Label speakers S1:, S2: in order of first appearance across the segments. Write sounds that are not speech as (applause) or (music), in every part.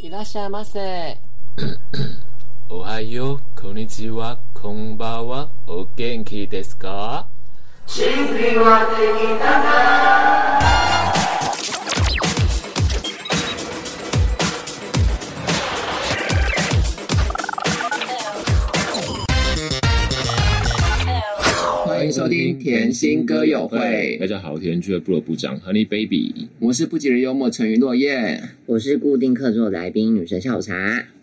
S1: 伊拉夏马塞，
S2: おはよう、こんにちは、こんばんは、お元気ですか？
S3: 欢迎收听甜心歌友会，
S2: 大家好，田俱乐部的部长 Honey Baby，
S3: 我是不吉的幽默成语落叶。
S1: 我是固定客座来宾女神下午茶。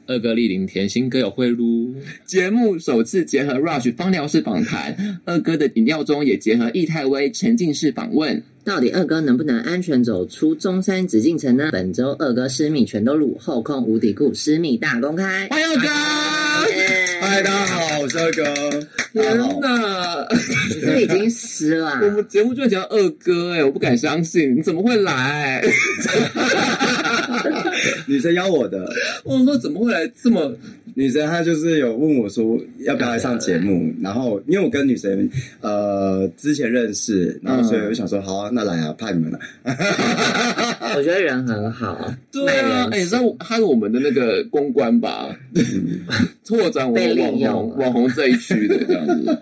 S2: 二哥莅临甜心歌友会
S3: (laughs)
S2: 撸，
S3: 节目首次结合 Rush 方疗式访谈，二哥的饮料中也结合易泰威沉浸式访问。
S1: 到底二哥能不能安全走出中山紫禁城呢？本周二哥私密全都录，后控无底裤私密大公开。
S3: 欢迎二哥！嗨，大家好，我是二哥。天哪，
S1: 这已经湿了啊，
S3: 我们节目居然讲二哥哎、我不敢相信，你怎么会来？
S4: 女生邀我的，
S3: 我说怎么会来这么？
S4: 女生她就是有问我说要不要来上节
S3: 哎
S4: 目，然后因为我跟女生呃之前认识，然后所以我就想说好啊、那来啊，怕你们了。
S1: 哦我觉得人很好，
S3: 对啊，哎、你知道我他是我们的那个公关吧，
S2: 嗯
S3: (laughs) 拓展我
S1: 被
S3: 们
S1: 利
S3: 网
S1: 用
S3: 红网红这一区的这样
S1: (laughs)
S3: 子。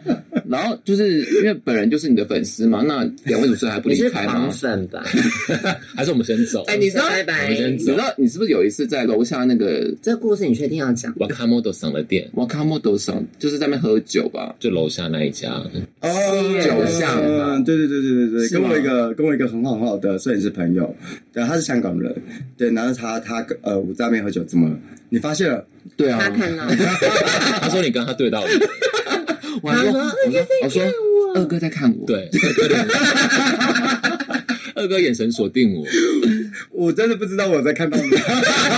S3: 然后就是因为本人就是你的粉丝嘛，那两位主持人还不
S1: 你
S3: 离
S1: 是
S3: 开啊
S1: 狂
S3: 吗？
S1: 粉
S3: (laughs)
S1: 吧？
S2: 还是我们先走？
S3: 哎、你知道，
S1: 拜拜
S2: 我。先
S3: 你知道你是不是有一次在楼下那个
S1: 这故事你确定要讲？
S2: 瓦卡莫多桑的店，
S3: 瓦卡莫多上，就是在那边喝酒吧？
S2: 就楼下那一家，
S4: 哦
S3: 九项
S4: 嗯对对对对对对，
S3: 是
S4: 跟
S3: 吗
S4: 我一个跟我一个很好很好的摄影师朋友，对，他是香港人，对，然后他他呃我在那边喝酒，怎么了？你发现了？
S3: 对啊，
S1: 他看到
S2: 他说你跟他对到眼，
S3: (laughs) 我还说，
S1: 哎
S3: 我说，我说，二哥在看我，，
S2: 对，二哥眼神锁定我，
S4: 我真的不知道我在看到你，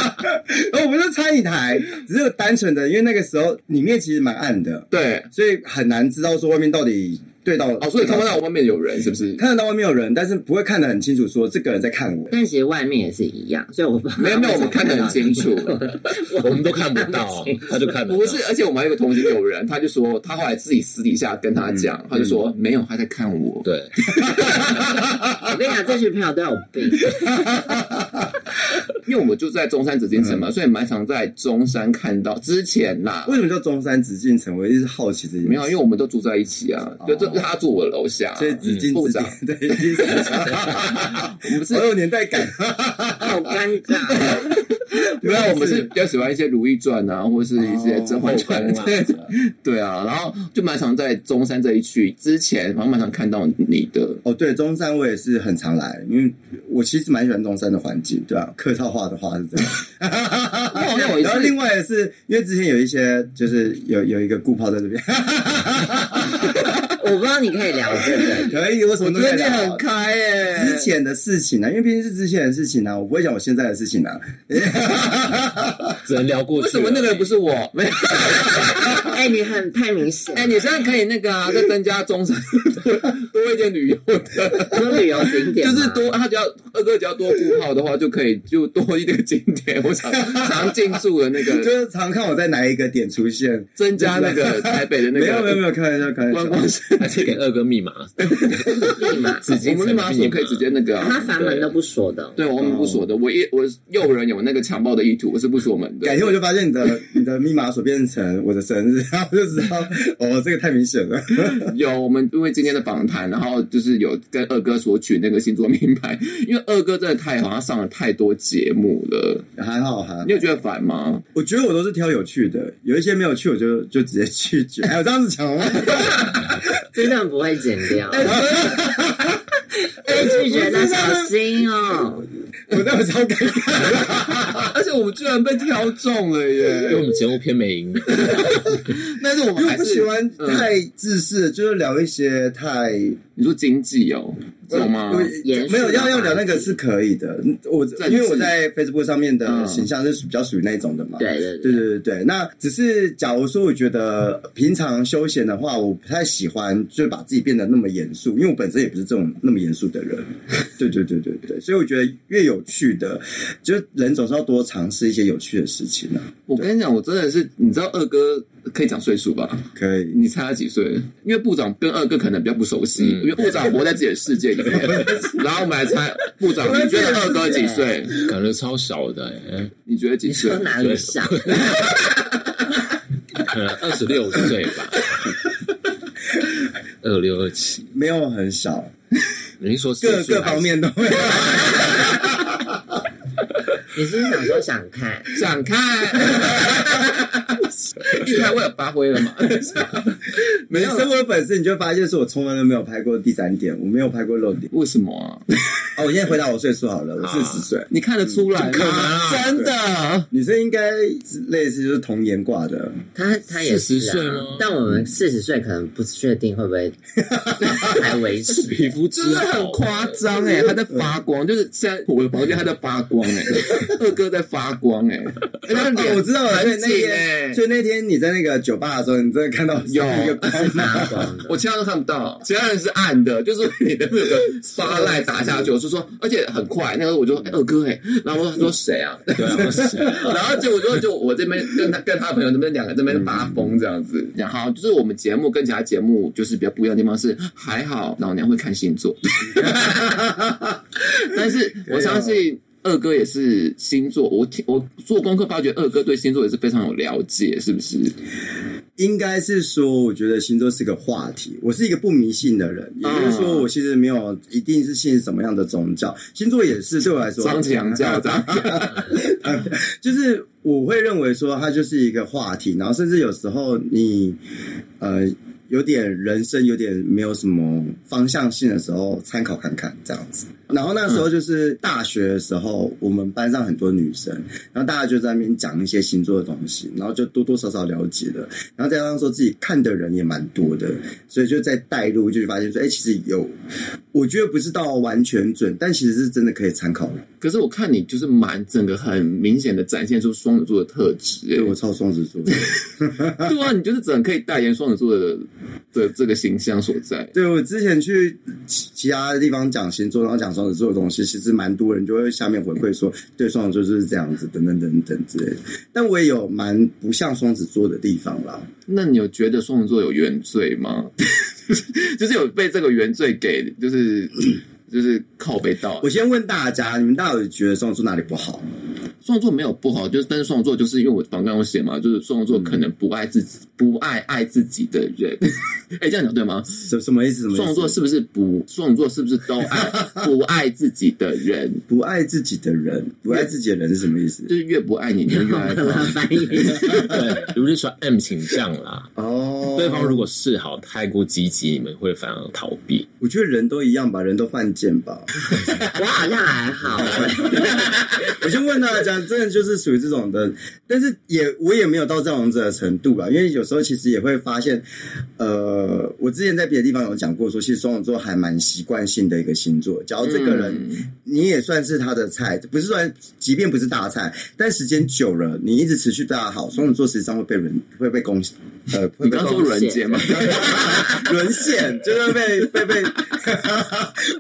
S4: (laughs) 哦我不是餐饮台，只是单纯的，因为那个时候里面其实蛮暗的，
S3: 对，
S4: 所以很难知道说外面到底对到
S3: 哦，所以看不到外面有人是不
S1: (laughs)
S3: 是？
S4: 看得到外面有人，但是不会看得很清楚，说这个人在看我。
S1: 但其实外面也是一样，所以我不
S3: 没有没有，我
S4: (laughs)
S3: 们看得很清
S1: (laughs)
S3: 楚。
S2: 我们都看不到，啊他就看得到。
S3: (laughs) 不是，而且我们还有一个同行友人，他就说他后来自己私底下跟他讲，
S2: 嗯
S3: 他就说没有，他在看我。 (laughs)
S2: 对，
S1: 我跟你讲，这群朋友都有
S3: (laughs)
S1: 病。
S3: 因为我们就在中山紫禁城嘛，所以蛮常在中山看到。之前啦，
S4: 嗯为什么叫中山紫禁城？我一直好奇这件事
S3: 没有，因为我们都住在一起啊，
S4: 哦
S3: 就就他住我楼下，嗯
S4: 所以紫禁
S3: 部
S4: 之 (laughs)
S3: 长，
S4: 地哦对，一直
S3: 我们是
S4: 好有年代感。
S1: 好尴尬，
S3: (laughs) 没有，我们是比较喜欢一些《如懿传》啊，或是一些《甄嬛传
S2: 哦后》宫
S3: (laughs) 对对啊，然后就蛮常在中山这一区。之前好像蛮常看到你的，
S4: 哦，对，中山我也是很常来，因为我其实蛮喜欢中山的环境，对啊，客套话的话是这样。
S3: 好像有一次
S4: 哎然后另外也是因为之前有一些就是有有一个顾炮在这边， (laughs)
S1: 我不知道你可以聊这个。
S4: 可以，我什么都在
S3: 最近
S4: 聊
S3: 很开耶、
S4: 之前的事情呢、啊因为毕竟是之前的事情啊呢、我不会讲我现在的事情啊呢、
S2: 只能聊过去。啊
S3: 为什么那个人不？是我？没有。
S1: (laughs) 哎，你很太明显
S3: 哎、，你现在可以那个啊，再增加中山 (laughs) 多多一点旅游的，
S1: 多旅游景点
S3: 就
S1: 嘛
S3: 是多他只要二哥只要多顾号的话，就可以就多一点景点。我想常进驻的那 (laughs)
S4: 就
S3: 个，
S4: 是常看我在哪一个点出现，
S3: 增加那个台北的那
S4: (laughs) 没有没有没
S3: 个
S4: 有，开玩笑开玩
S3: 观
S4: 笑
S3: 光。胜
S2: 还是给二哥密码？
S1: 密码，
S2: 紫禁
S3: 我们
S2: 城
S3: 密码锁可以直接那个、啊。
S1: 他
S3: 哦
S1: 房门都不锁的。
S3: 对，我们不锁的。我一我诱人有那个强暴的意图，我是不锁门的。
S4: 改天我就发现你的你的密码锁变成我的生日， (laughs) 然后我就知道哦，这个太明显了。 (laughs)
S3: 有，我们因为今天的访谈，然后就是有跟二哥索取那个星座名牌，因为二哥真的太好，他上了太多节目了。
S4: 还好还好
S3: 你，有觉得烦吗？
S4: 我觉得我都是挑有趣的，有一些没有趣我就就直接拒绝。还有这样子讲
S3: (laughs)
S4: 吗？
S1: 这段不会剪掉。 (laughs) 被拒绝的小心哦！
S4: 我那我超尴尬。
S3: 而且我们居然被挑中了
S2: 因为我
S3: 耶！
S2: 们节目偏美音，
S3: 但是我
S4: 因
S3: 们
S4: 为我
S3: 还
S4: 不
S3: 是
S4: 喜欢
S3: 嗯
S4: 太自私的，就是聊一些太
S3: 你说经济哦，懂吗？
S4: 我
S1: 严肃
S4: 没有要
S1: 的
S4: 要聊
S1: 话
S4: 那个是可以的。我
S3: 政
S4: 因为我
S3: 治
S4: 在 Facebook 上面
S3: 嗯
S4: 的形象是比较属于那种的嘛。
S1: 对对
S4: 对
S1: 对，
S4: 对对对，那只是假如说，我觉得平常休闲的话，我不太喜欢，就是把自己变得那么严肃，因为我本身也不是这种那么严肃的人。对对对对对，所以我觉得越有趣的，就是人总是要多尝试一些有趣的事情啊。
S3: 我跟你讲，我真的是，你知道二哥可以讲岁数吧？
S4: 可以。
S3: 你猜他几岁？因为部长跟二哥可能比较不熟悉，
S2: 嗯
S3: 因为部长活在自己的世界里面。然后我们来猜，部长你觉得二哥几岁？
S2: 感觉超小的、欸，
S3: 你觉得几
S1: 你
S3: 岁
S1: 说？哪里小？
S2: 可能二十六岁吧，二六二七。
S4: 没有很少，
S2: 你是说
S4: 各
S2: 四岁
S4: 各
S2: 还是
S4: 方？面都会。
S1: 你是不是想说想看？
S3: 想看，一开我有发挥了嘛？
S4: 没有生活粉丝，你就发现是我从来都没有拍过第三点，我没有拍过露点。
S3: 为什么啊？
S4: 哦，我现在回答我岁数好了，我四十岁。
S3: 你看得出来吗？
S2: 不可能啊
S3: 真的，
S4: 女生应该类似就是童颜挂的，
S1: 他他也是、啊、
S2: 40岁吗
S1: 但我们四十岁可能不确定会不会还维持。
S2: 皮肤之
S3: 真的
S2: 好
S3: 很夸张哎，他在发光，就是现在我的房间他在发光哎、二哥在发光哎、欸，他
S4: 哦，我
S3: 脸
S4: 知道了。所以那
S3: 很紧
S4: 天，
S3: 欸
S4: 所以那天你在那个酒吧的时候，你真的看到
S3: 有
S4: 一个光
S1: 发
S4: 芒。
S3: (laughs)
S1: 光的
S3: 我其他都看不到，其他人是暗的，就是你的那个 spotlight 打下去，我就说，而且很快，那个我就哎二哥哎、然后我说谁啊？ (laughs)
S2: 对啊，我是
S3: 然后结果就就我这边跟他跟他朋友那边两个这边发
S2: 嗯
S3: 疯这样子，然后就是我们节目跟其他节目就是比较不一样的地方是，还好老娘会看星
S2: (laughs)
S3: 座，但是我相信。二哥也是星座，我听我做功课发觉二哥对星座也是非常有了解，是不是？
S4: 应该是说，我觉得星座是个话题。我是一个不迷信的人，
S3: 啊
S4: 也就是说，我其实没有一定是信什么样的宗教，星座也是对我
S2: 啊
S4: 来说
S3: 张强啊教长，
S4: 就是我会认为说它就是一个话题，然后甚至有时候你呃有点人生有点没有什么方向性的时候，参考看看这样子。然后那时候就是大学的时候，我们班上很多女生，然后大家就在那边讲一些星座的东西，然后就多多少少了解了，然后再加上说自己看的人也蛮多的，所以就在带入，就是发现说，哎、其实有，我觉得不是到完全准，但其实是真的可以参考的。
S3: 可是我看你就是蛮整个很明显的展现出双子座的特质、欸
S4: 对我超双子座的。
S3: (laughs) 对啊，你就是整个可以代言双子座的的这个形象所在。
S4: 对我之前去其其他地方讲星座，然后讲双子座的东西，其实蛮多人就会下面回馈说，对双子座就是这样子，等等等等之类的。但我也有蛮不像双子座的地方啦，
S3: 那你有觉得双子座有原罪吗？ (laughs) 就是有被这个原罪给，就是 (clears throat) 就是靠背到
S4: 我。先问大家，你们到底觉得双子座哪里不好？
S3: 双子座没有不好，就是但是双子座就是因为我刚刚有写嘛，就是双子座可能不爱自己，不爱爱自己的人。 (laughs) 哎、这样讲对吗？
S4: 什什么意思？什么意思
S3: 双子座是不是不双子座是不是都爱不爱自己的人？
S4: 不爱自己的人，不爱自己的人是什么意思？
S3: 就是越不爱你，你就越爱
S1: 我要
S3: 他。
S1: 翻译，
S2: (laughs) 对，如果说 M 倾向啦，
S4: 哦，
S2: 对方如果示好太过积极，你们会反而逃避。
S4: 我觉得人都一样吧，人都犯贱吧。
S1: 我好像还好，
S4: 我先问大家，真的就是属于这种的，但是也我也没有到这种者的程度啊吧，因为有时候其实也会发现，呃，我之前在别的地方有讲过说其实双子座还蛮习惯性的一个星座，假如这个人、
S3: 嗯
S4: 你也算是他的菜，不是算，即便不是大菜，但时间久了，你一直持续对他好，双子座实际上会被人会被攻，呃，会
S3: 你
S4: 被
S3: 刚
S4: 攻
S3: 说人杰吗？
S4: (laughs) 沦陷，就是被被被，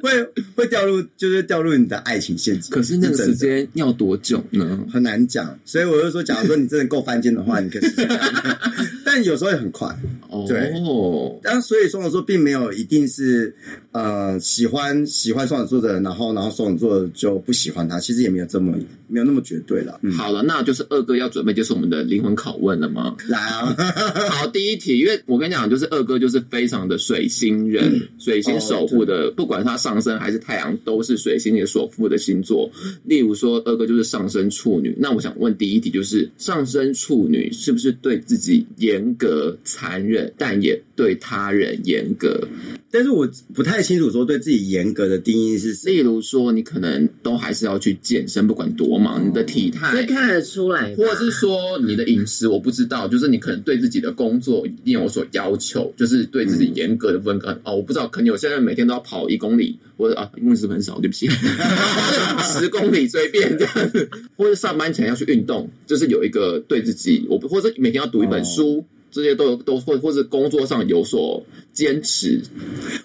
S4: 会会掉入，就是掉入你的爱情陷阱。
S3: 可是那个
S4: 真的
S3: 时间要多久呢？
S4: 很难讲，所以我就说，假如说你真的够犯贱的话，你可以试试看，但有时候也很快。对
S3: 哦，
S4: 但所以双子座并没有一定是呃喜欢喜欢双子座的人，然后然后双子座就不喜欢他，其实也没有这么没有那么绝对了。嗯，
S3: 好了，那就是二哥要准备接受我们的灵魂拷问了
S4: (laughs)
S3: 吗？
S4: 来啊，
S3: 好，第一题，因为我跟你讲，就是二哥就是非常的水星
S4: 嗯
S3: 人，水星守护
S4: 哦
S3: 的，不管他上升还是太阳，都是水星也守护的星座。例如说，二哥就是上升处女。那我想问第一题，就是上升处女是不是对自己严格残忍，但也对他人严格？
S4: 但是我不太清楚说对自己严格的定义是什么
S3: 例如说，你可能都还是要去健身，不管多忙，你的体态
S1: 这看得出来吧，
S3: 或者是说你的饮食，我不知道，就是你可能对自己的工作一定有所要求，就是对自己严格的分割、哦，我不知道，可能有些人每天都要跑一公里，或者啊，因为是很少，对不起， (laughs) 十公里随便这 (laughs) 样子，或者上班前要去运动，就是有一个对自己，我不，或者每天要读一本书。这些都有都会，或是工作上有所坚持。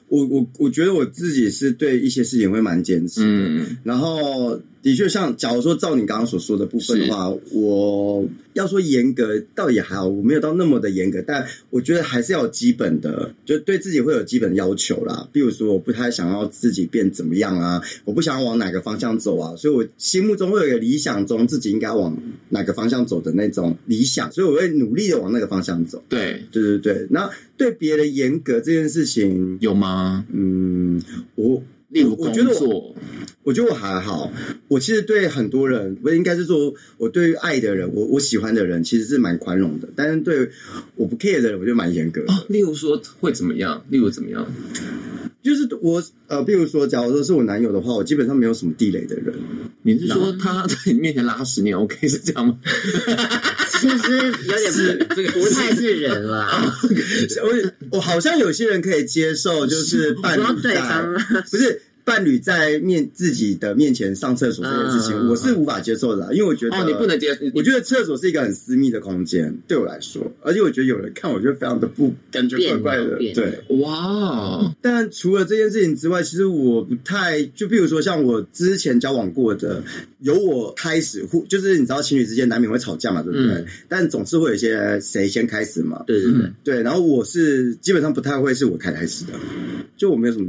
S4: 我我我觉得我自己是对一些事情会蛮坚持，
S3: 嗯，
S4: 然后的确像假如说照你刚刚所说的部分的话，我要说严格倒也还好，我没有到那么的严格，但我觉得还是要有基本的，就对自己会有基本的要求啦。比如说，我不太想要自己变怎么样啊，我不想要往哪个方向走啊，所以我心目中会有一个理想中自己应该往哪个方向走的那种理想，所以我会努力的往那个方向走。
S3: 对，
S4: 对对对，那对别人严格这件事情，
S3: 有吗？
S4: 嗯，我
S3: 例如
S4: 我
S3: 工
S4: 我觉得我
S3: 作，
S4: 我觉得我还好，我其实对很多人，我应该是说，我对于爱的人，我我喜欢的人，其实是蛮宽容的，但是对我不 care 的人，我就蛮严格的。
S1: 哦
S3: 啊例如说会怎么样？例如怎么样？
S4: 就是我呃，比如说，假如说是我男友的话，我基本上没有什么地雷的人，
S3: 你是说他在你面前拉屎，你 OK (laughs) 是这样吗？
S1: 其实有点不
S3: 这个
S1: 不太是人啦，
S4: 我我好像有些人可以接受，就是伴
S1: 说
S4: 侣
S1: 对方
S4: 在不是。伴侣在面自己的面前上厕所这件事情，
S1: 嗯
S4: 我是无法接受的啊、因为我觉得
S3: 哦，你不能接，
S4: 我
S3: 我
S4: 觉得厕所是一个很私密的空间，对我来说，而且我觉得有人看我就非常的不感觉怪怪的
S1: 别，扭别扭
S4: 对。
S3: 哇，
S4: 但除了这件事情之外，其实我不太就比如说像我之前交往过的，由我开始互，就是你知道情侣之间难免会吵架嘛，对不对？
S1: 嗯
S4: 但总是会有一些谁先开始嘛，
S1: (laughs) 对对对，
S4: 对。然后我是基本上不太会是我开开始的，就我没有什么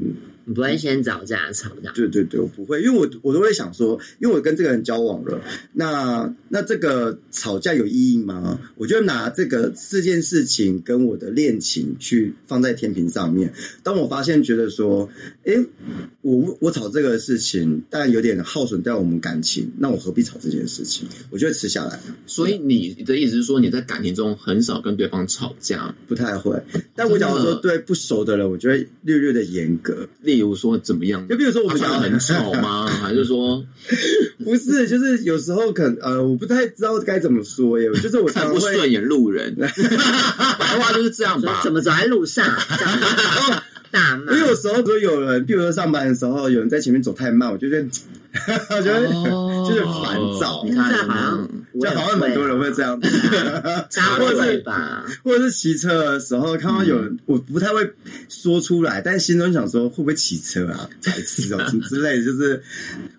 S1: 你不会先找架吵架，
S4: 对对对，我不会，因为我我都会想说，因为我跟这个人交往了，那那这个吵架有意义吗？我就拿这个四件事情跟我的恋情去放在天平上面。当我发现觉得说，诶，我我吵这个事情，但有点耗损掉我们感情，那我何必吵这件事情？我就会吃下来，
S3: 所以你的意思是说你在感情中很少跟对方吵架？
S4: 不太会。但我假如
S3: 真
S4: 说
S3: 的
S4: 对不熟的人，我就会略略的严格。
S3: 例如说怎么样？ (laughs)
S4: 就比如说我
S3: 他
S4: 不
S3: 穿
S4: 想
S3: 的啊
S4: 要
S3: 很丑 (laughs) 吗？还是说
S4: 不是，就是有时候可能呃，我不太知道该怎么说耶。就是我
S3: 看
S4: 常常
S3: 不
S4: 会
S3: 顺眼路 (laughs) 人？白话就是这样 (laughs)
S1: 说
S3: 吧
S1: 怎。么走在路上，这样子大骂
S4: 我，有时候都有人，比如说上班的时候，有人在前面走太慢，我就觉得， (laughs) 我觉得、
S3: 哦
S4: (laughs) 就是烦躁
S3: 你
S1: 这
S3: 看
S1: 好像
S4: 就
S1: 我也
S4: 好像很多人
S1: 会
S4: 会这样子，
S1: 啊，大家都会吧？
S4: (laughs) 或者是骑车的时候看到有
S3: 嗯
S4: 人，我不太会说出来，但心中想说会不会骑车啊、白痴哦、什么之类的，就是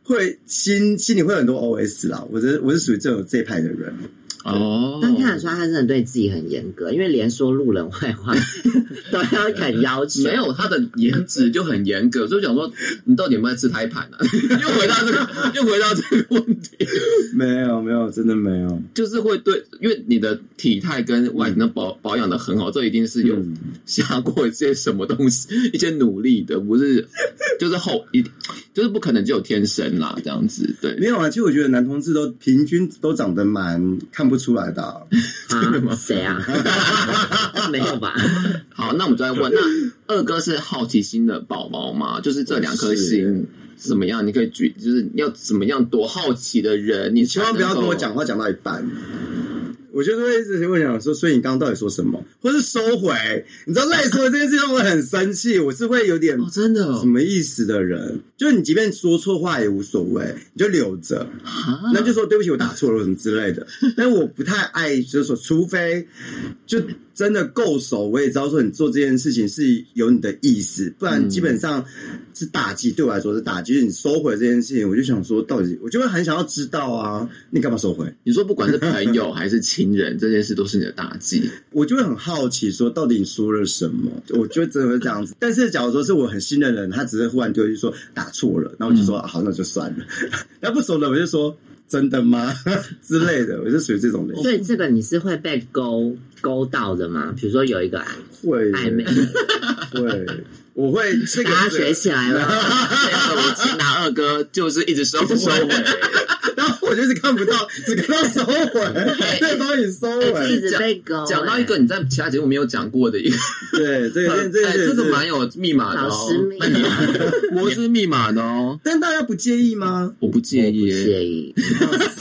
S4: 会心心里会有很多 OS 啦。我是我是属于这种这一派的人，
S3: 哦，
S1: 但看得出来，他真的对自己很严格，因为连说路人坏话都要很要求。
S3: 没有，他的颜值就很严格，所以我想说，你到底有没有吃胎盘啊？ (laughs) 又回到这个，又回到这个问题，
S4: 没有没有，真的没有。
S3: 就是会对，因为你的体态跟外形的保保养的很好，这一定是有
S4: 嗯
S3: 下过一些什么东西，一些努力的，不是， (laughs) 就是后一，就是不可能只有天生啦，这样子，对，
S4: 没有啊，其实我觉得男同志都平均都长得蛮看不出来
S3: (laughs)
S4: 的啊、
S1: 啊，谁啊？没有吧？
S3: 好，那我们就来问，那二哥是好奇心的宝宝吗？就是这两颗心怎么样？你可以举，就是你要怎么样多好奇的人，你
S4: 你千万不要跟我讲。话讲到一半。我就是会一直会想说，所以你刚刚到底说什么，或是收回？你知道赖说这件事情，我很生气，我是会有点
S3: 哦，真的哦
S4: 什么意思的人。就是你即便说错话也无所谓，你就留着，
S3: 啊
S4: 那就说对不起，我打错了什么之类的。但我不太爱，就是说，除非就真的够熟，我也知道说你做这件事情是有你的意思，不然基本上是打击。对我来说是打击，就是你收回这件事情，我就想说，到底我就会很想要知道啊，你干嘛收回？
S3: 你说不管是朋友还是情人，这件事都是你的大
S4: (laughs)
S3: 忌。
S4: 我就会很好奇，说到底你说了什么？我就真的会这样子。但是假如说是我很信任的人，他只是忽然丢一句说打错了，然后我就说、啊好，那就算了。 (laughs) 那不熟的我就说真的吗之类的，我就属于这种类型。
S1: 所以这个你是会被勾勾到的吗？比如说有一个
S4: 会
S1: 暧
S4: (laughs)
S1: 昧，
S4: 会，我会这个
S1: 大家
S4: 是
S1: 学起来了，
S3: 那二哥就是一直收回
S4: 收尾，然后我就是看不到，
S3: (laughs)
S4: 只看到收尾，对啊方也收
S1: (laughs) 一
S4: 尾。
S1: 直被勾。
S3: 哎
S1: 哎
S3: 讲到一个你在其他节目没有讲过的一个，
S4: 对，这
S3: 哎
S4: 个这个
S3: 这个
S4: 是
S3: 蛮有密码的
S1: 老
S3: 哦
S1: 师，命，
S3: (laughs) 摩斯密码的哦，
S4: 但大家不介意吗？
S3: 我不介
S1: 不
S3: 意，
S1: 介意， (laughs)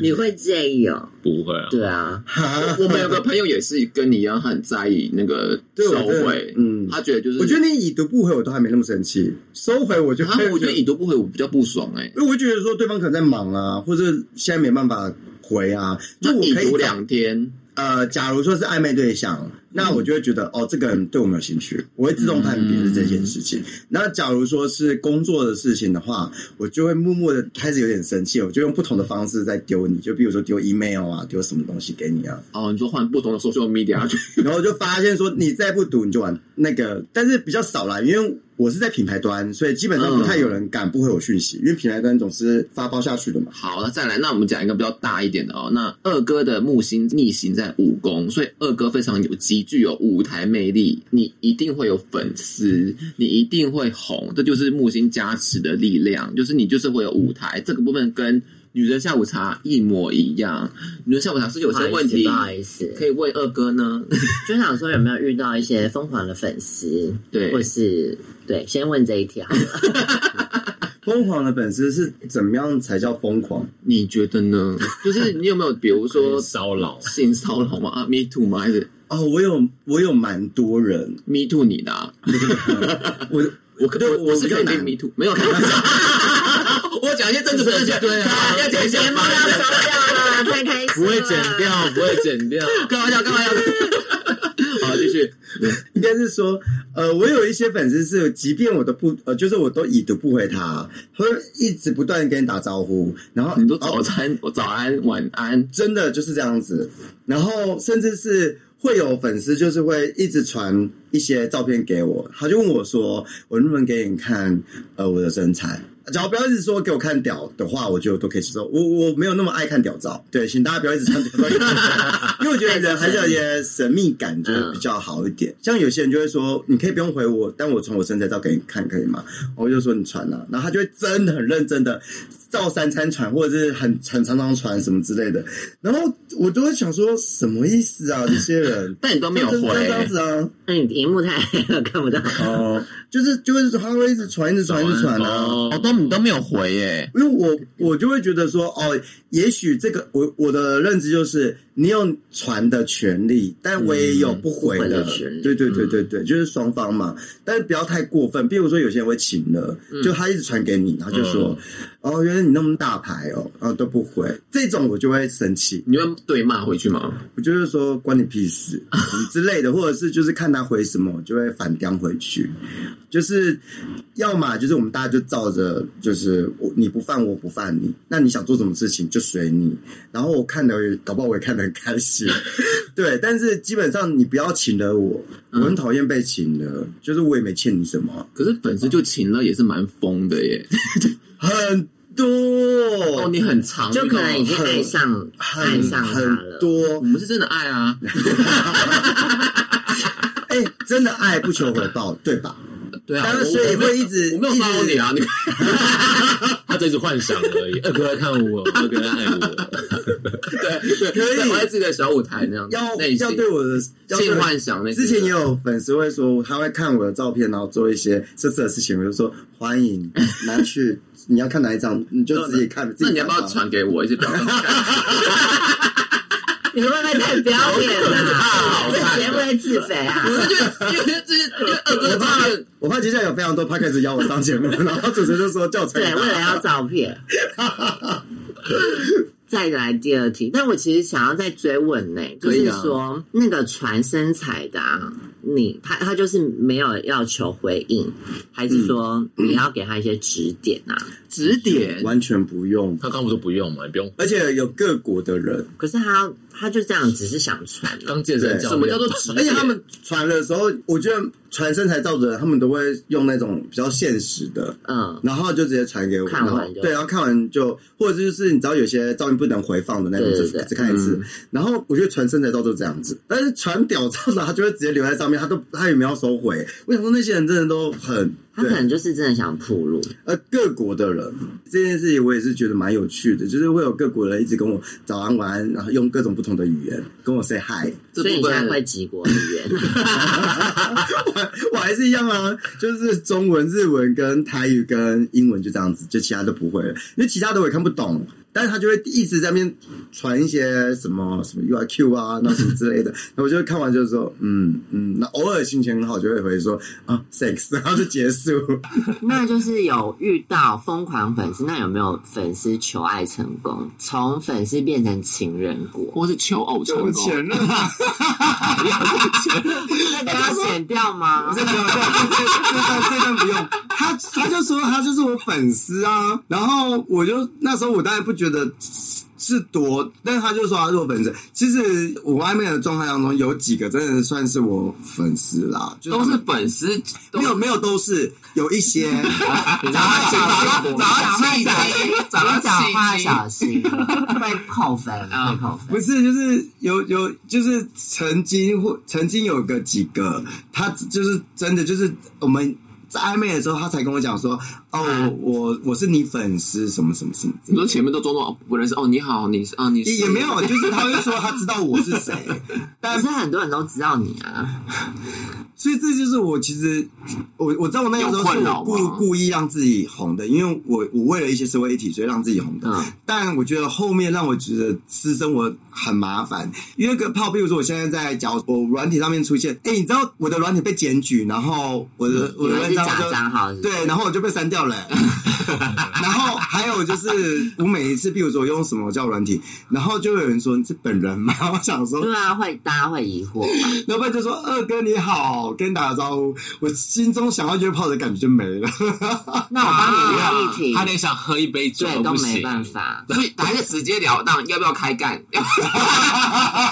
S1: 你会介意哦？
S5: 不会啊，
S1: 对啊，
S4: 哈
S3: 我们有个朋友也是跟你一样，他很在意那个
S4: 对我
S3: 收
S4: 真的
S3: 回，
S4: 嗯
S3: 他觉得就是，
S4: 我觉得你已读不回，我都还没那么生气，收回我就
S3: 他
S4: 会
S3: 啊我
S4: (laughs)
S3: 觉得已读不回，我比较不爽哎、
S4: 因为我会觉得说对方可能在忙啊，或者现在没办法回啊，就
S3: 就
S4: 我
S3: 已
S4: 可以
S3: 读
S4: 找
S3: 两天，
S4: 呃，假如说是暧昧对象，那我就会觉得、哦，这个人对我没有兴趣，我会自动判别是这件事情。那假如说是工作的事情的话，我就会默默的开始有点生气，我就用不同的方式在丢你，就比如说丢 email 啊，丢什么东西给你 (laughs) 啊，
S3: 哦，你说换不同的 social media 去
S4: 然后就发现说你再不读你就完那个，但是比较少啦，因为我是在品牌端，所以基本上不太有人敢不回我讯息，因为品牌端总是发包下去的嘛。
S3: 好，那再来，那我们讲一个比较大一点的哦。那二哥的木星逆行在五宫，所以二哥非常有极具有舞台魅力，你一定会有粉丝，你一定会红，这就是木星加持的力量，就是你就是会有舞台这个部分跟。女人下午茶一模一样，女人下午茶是有些问
S2: 哎
S3: 题
S1: 不好意思，不好意
S3: 可
S1: 思
S3: 以问二哥呢。
S1: 就想说有没有遇到一些疯狂的粉丝，
S3: 对
S1: 或是对，先问这一条。 (laughs)
S4: 疯狂的粉丝是怎么样才叫疯狂？
S3: 你觉得呢？就是你有没有比如
S2: (laughs)
S3: 说
S2: 骚扰，
S3: 性骚扰吗？啊，me too 吗？还是
S4: 哦，我有我有蛮多人，
S3: me too 你的、啊？
S4: 我
S3: 我可
S4: 对
S3: 我
S4: 我
S3: 是
S4: 比较
S3: 肯定
S4: 难
S3: me too，没有开玩笑。我讲一些真实的事情，对啊，要讲一些
S1: 节目要收掉了，啊太开
S2: 不
S1: 心了。
S2: 会剪掉，不会剪掉。
S3: 开玩笑，开玩笑。好，继续。
S4: 应该是说，呃，我有一些粉丝是，即便我都不呃，就是我都已读不回他，他会一直不断地跟你打招呼，然后
S3: 你说
S4: 哦
S3: 早餐，我早安，晚安。
S4: 真的就是这样子。然后甚至是会有粉丝就是会一直传一些照片给我，他就问我说：“我能不能给你看呃我的身材？”只要不要一直说给我看屌的话，我就都可以接受。我我没有那么爱看屌照，对，请大家不要一直穿屌照给我看， (laughs) 因为我觉得人还是有一些神秘感，就是比较好一点。像有些人就会说，你可以不用回我，但我传我身材照给你看，可以吗？我就说你传啊，然后他就会真的很认真的照三餐传，或者是很很常常传什么之类的。然后我都会想说，什么意思
S1: (laughs)
S4: 啊？这些人
S3: 但你都没有
S4: 就
S3: 回
S4: 是这样子啊？
S1: 那你荧幕太 (laughs) 黑了，看不到。
S4: 哦，就是就是他会一直传，一直传，一直传啊。
S3: 哦，都你都没有回耶。
S4: 因为我我就会觉得说，哦，也许这个我我的认知就是，你有传的权利，但我也有不
S1: 嗯
S4: 回
S1: 不回
S4: 的。
S1: 的权利嗯
S4: 对对对对对，就是双方嘛，但是不要太过分。比如说有些人会请了，
S1: 嗯
S4: 就他一直传给你，然后就说，哦，原来你那么大牌哦，然后都不回，这种我就会生气。
S3: 你会对骂回去吗？
S4: 我就是说关你屁
S3: (laughs)
S4: 事什么之类的，或者是就是看他回什么，我就会反刁回去。就是要么就是我们大家就照着，就是我你不犯我不犯你，那你想做什么事情就随你。然后我看的搞不好我也看得很开
S3: (laughs)
S4: 心，对。但是基本上你不要请了我，我很讨厌被请了，就是我也没欠你什么，
S3: 可是粉丝就请了，也是蛮疯的耶。
S4: 很多
S3: 哦，你很长，
S1: 就可能已经
S4: 很
S2: 哎
S1: 爱上爱
S4: 很
S1: 上他
S4: 很
S1: 了，
S3: 我
S4: 多，
S3: 们是真的爱啊。
S4: 哎、真的爱不求回报，对吧？
S3: 对啊，
S4: 当然，
S3: 我
S4: 所以会一直
S3: 我没有
S4: 一直
S3: 骚扰你啊，你
S2: 他只是幻想而已。二哥在看我，二哥在爱我。
S3: (laughs) 对，
S4: 可以
S3: 我在自己的小舞台那样子，
S4: 要
S3: 内心
S4: 要对我的要对
S3: 性
S4: 我
S3: 幻想那些
S4: 之前也有粉丝会说，他会看我的照片，然后做一些色色的事情，我就说欢
S3: (laughs)
S4: 迎拿去，你要看哪一张，你就自己看。自己
S3: 那
S4: 看
S3: 你要不要
S4: 吧？
S3: 传给我一些表情？
S1: 你会不会太表演了、
S3: 好
S1: 啊？
S3: 可怕
S1: 这节目会自肥啊？
S3: 我就因为这是因为二哥他们
S4: 我怕接下来有非常多 p o d c a s 邀我上节
S3: (laughs)
S4: 目，然后主持人就说叫我参加
S1: 对，为了要照片。再来第二题，但我其实想要再追问呢、就
S3: 可以
S1: 是
S3: 啊
S1: 说那个传身材的、啊，你他他就是没有要求回应，还是说
S3: 嗯
S1: 你要给他一些指点啊？
S3: 指点，
S4: 完全不用，
S2: 他刚不是说不用嘛，你不用。
S4: 而且有各国的人，
S1: 可是他他就这样，只是想传啊、
S2: 刚健身教练
S3: 什么叫做指
S4: 而且
S3: 点？
S4: 他们传的时候，我觉得传身材照的人，他们都会用那种比较现实的，
S1: 嗯，
S4: 然后就直接传给我，
S1: 看完
S4: 然后
S1: 就
S4: 对，然后看完就，或者就是你知道有些照片不能回放的那种，
S1: 对
S4: 只
S1: 对对嗯
S4: 只看一次。然后我觉得传身材照都这样子，但是传屌照的他就会直接留在上面，他都他也没有收回。我想说那些人真的都很
S1: 他可
S4: 对，
S1: 能就是真的想铺路，
S4: 呃，各国的人这件事情我也是觉得蛮有趣的，就是会有各国人一直跟我早安晚安，然后用各种不同的语言跟我 say hi。
S3: 这
S1: 所以
S3: 部
S1: 你现在
S3: 分
S1: 会几国语
S3: (laughs)
S1: 言？
S4: (laughs) 我还是一样啊，就是中文、日文跟台语跟英文就这样子，就其他都不会了，因为其他的我也看不懂。但是他就会一直在那边传一些什么什么 U I Q 啊，那什么之类的。那我就看完就是说，嗯嗯，那偶尔心情很好就会回说啊 sex，然后就结束。
S1: 那就是有遇到疯狂粉丝，那有没有粉丝求爱成功，从粉丝变成情人过？
S6: 或是求偶成功，
S3: 任，
S1: 那个要剪掉吗？
S4: 这段这段这段不用，他他就说他就是我粉丝啊，然后我就那时候我当然不觉得是多，但是他就说他是我粉丝。其实我外面的状态当中有几个真的算是我粉丝啦，就
S3: 都是粉丝，
S4: 没有没有都是有
S3: (laughs)
S4: 一些，
S3: 砸砸砸砸气砸
S1: 你讲话
S3: 气
S1: 小心，会扣分，会扣分。
S4: 不是就是有有就是曾经或曾经有个几个，他就是真的就是我们。在暧昧的时候，他才跟我讲说：“哦，我我是你粉丝，什么什么什么之类的。”
S3: 你说前面都装作不认识哦，你好，你是啊，你
S4: 也
S3: 是
S4: 也没有，就是他会说他知道我是谁，
S1: (laughs) 可
S4: 但
S1: 是很多人都知道你啊，
S4: 所以这就是我其实我我知道我那个时
S3: 有
S4: 候
S3: 困
S4: 是
S3: 扰
S4: 我故
S3: 吗
S4: 故意让自己红的，因为我我为了一些社会议题，所以让自己红的。
S1: 嗯，
S4: 但我觉得后面让我觉得私生活很麻烦，因为个泡，比如说我现在在讲我软体上面出现，哎、你知道我的软体被检举，然后我的、
S1: 嗯你
S4: 我的
S1: 们是
S4: 文章
S1: 假
S4: 就
S1: 账号是不是，
S4: 对，然后我就被删掉
S1: (laughs)
S4: 了欸、然后还有就是，我每一次，比如说我用什么叫软体，然后就会有人说你是本人吗？ (laughs) 我想说，
S1: 对啊，会大家会疑惑吧？
S4: 老板就说：“二哥你好，跟你打个招呼。”我心中想要约炮的感觉就没了。
S1: 那我帮你问
S3: 啊
S1: 议题，
S3: 他连想喝一杯酒
S1: 对都
S3: 不
S1: 没
S3: 行，
S1: 办法。
S3: 所以还是直截了当，要不要开干，要不要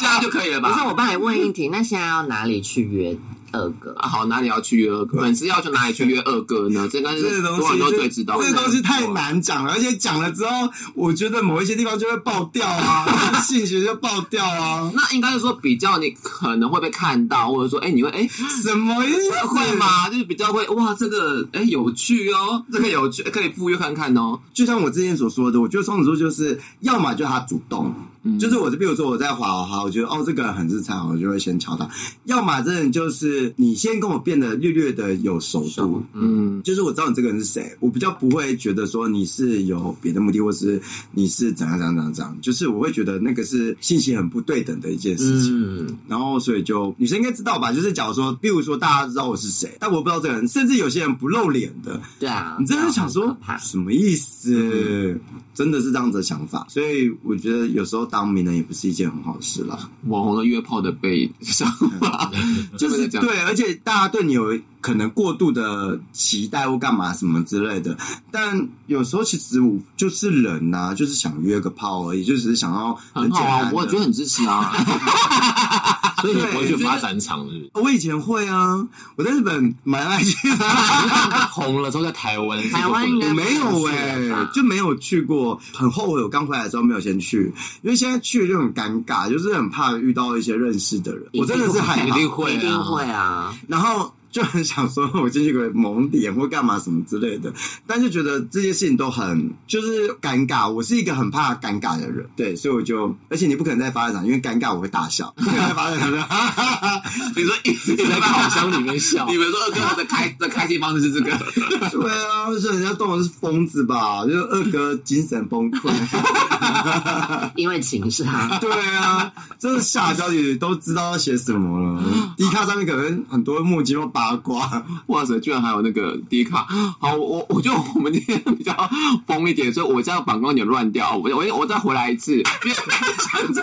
S3: 这样就可以了
S1: 不是
S3: 吧？
S1: 我帮你问议题，那现在要哪里去约二哥？
S3: 啊，好，哪里要去约二哥？粉丝要去哪里去约二哥呢？这应该是
S4: (laughs) 这个东
S3: 多少
S4: 西
S3: 人
S4: 就
S3: 都最知道的。
S4: 这个东西太难讲了，而且讲了之后，我觉得某一些地方就会爆掉啊， (laughs) 性学就爆掉啊，
S3: 那应该是说比较你可能会被看到，或者说哎、你会哎、
S4: 什么意思？
S3: 会？吗？就是比较会哇，这个哎、有趣哦，这个有趣，可以赴约看看哦。
S4: 就像我之前所说的，我觉得双子座就是要么就是他主动，就是我，比如说我在滑滑，我觉得哦这个人很日常，我就会先敲他；要么真的就是你先跟我变得略略的有熟度，
S3: 嗯，
S4: 就是我知道你这个人是谁，我比较不会觉得说你是有别的目的，或是你是怎样怎样怎样怎样，就是我会觉得那个是信息很不对等的一件事情。
S1: 嗯，
S4: 然后所以就女生应该知道吧，就是假如说，比如说大家知道我是谁，但我不知道这个人，甚至有些人不露脸的，
S1: 对啊，
S4: 你真的想
S1: 这样
S4: 说
S1: 很可怕
S4: 什么意思？
S3: 嗯
S4: 真的是这样子的想法，所以我觉得有时候当名人也不是一件很好的事啦。
S3: 网红的约炮的被想 (laughs) 法，
S4: 就是
S3: 嗯这样
S4: 对，而且大家对你有可能过度的期待或干嘛什么之类的，但有时候其实我就是人呐、就是想约个炮而已，就只是想要
S3: 很好
S4: 简单
S3: 啊，
S4: 的
S3: 我觉得很支持啊。
S2: (laughs) 所以你
S4: 对
S2: 不会去
S4: 就是
S2: 发展场
S4: (laughs)
S2: 是
S4: 我以前会啊，我在日本蛮爱去的，
S2: 不是红了之后在台湾，
S1: 台湾应该
S4: 我没有
S2: 啊
S1: 哎、
S4: 哎、就没有去过，很后悔我刚回来的时候没有先去，因为现在去就很尴尬，就是很怕遇到一些认识的人，我真的是害
S2: 一
S4: 怕，
S2: 定会
S1: 一定
S2: 啊，
S1: 会啊，
S4: 然后就很想说，我进去个蒙脸或干嘛什么之类的，但是觉得这些事情都很就是尴尬。我是一个很怕尴尬的人，对，所以我就，而且你不可能在发展场，因为尴尬我会
S2: (laughs)
S4: 大笑，在发展场就哈哈哈哈，
S3: 你说一直
S2: 在烤箱里面笑
S3: 你。们说二哦哥他的开的开心方式是这个，
S4: (laughs) 对啊，就是人家动我是疯子吧，就是二哥精神崩溃，
S1: 因为情商。
S4: (laughs) 对啊，真的下标题都知道要写什
S1: (gasps)
S4: 么了，D 卡上面可能很多莫名其妙八卦，
S3: 哇塞，居然还有那个迪卡。好，我我觉得我们今天比较疯一点，所以我家的膀胱有点乱掉，我我我再回来一 (laughs) 次，因为现在。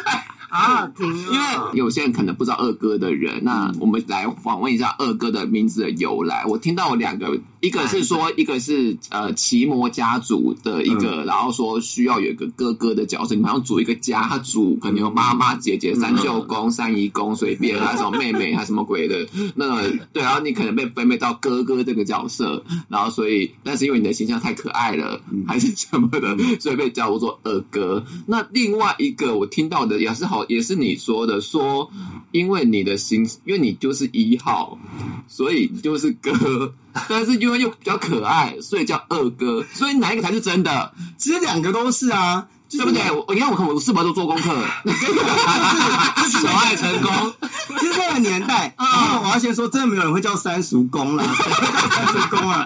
S1: 好好听
S3: 因为
S1: 哦，
S3: 有些人可能不知道二哥的人，那我们来访问一下二哥的名字的由来。我听到有两个，一个是说，一个是呃奇摩家族的一个，然后说需要有一个哥哥的角色，你们要组一个家族，可能有妈妈、姐姐、三舅公、三姨公，随便啊还有什么妹妹，还有什么鬼的。那对，然后你可能被分配到哥哥这个角色，然后所以，但是因为你的形象太可爱了，还是什么的，所以被叫做二哥。那另外一个我听到的也是好，也是你说的，说因为你的形，因为你就是一号，所以你就是哥， (laughs) 但是因为又比较可爱，所以叫二哥。所以哪一个才是真的，
S4: 其实两个都
S1: (laughs)
S4: 是啊，就
S3: 对
S4: 是
S3: 不对？我你看我看我是不是都做功课？
S4: (laughs)
S3: 小爱成功，
S4: 就是那个
S1: 嗯 (laughs)
S4: 年代，啊，我要先说，真的没有人会叫三叔公啦，谁会叫三叔公啊？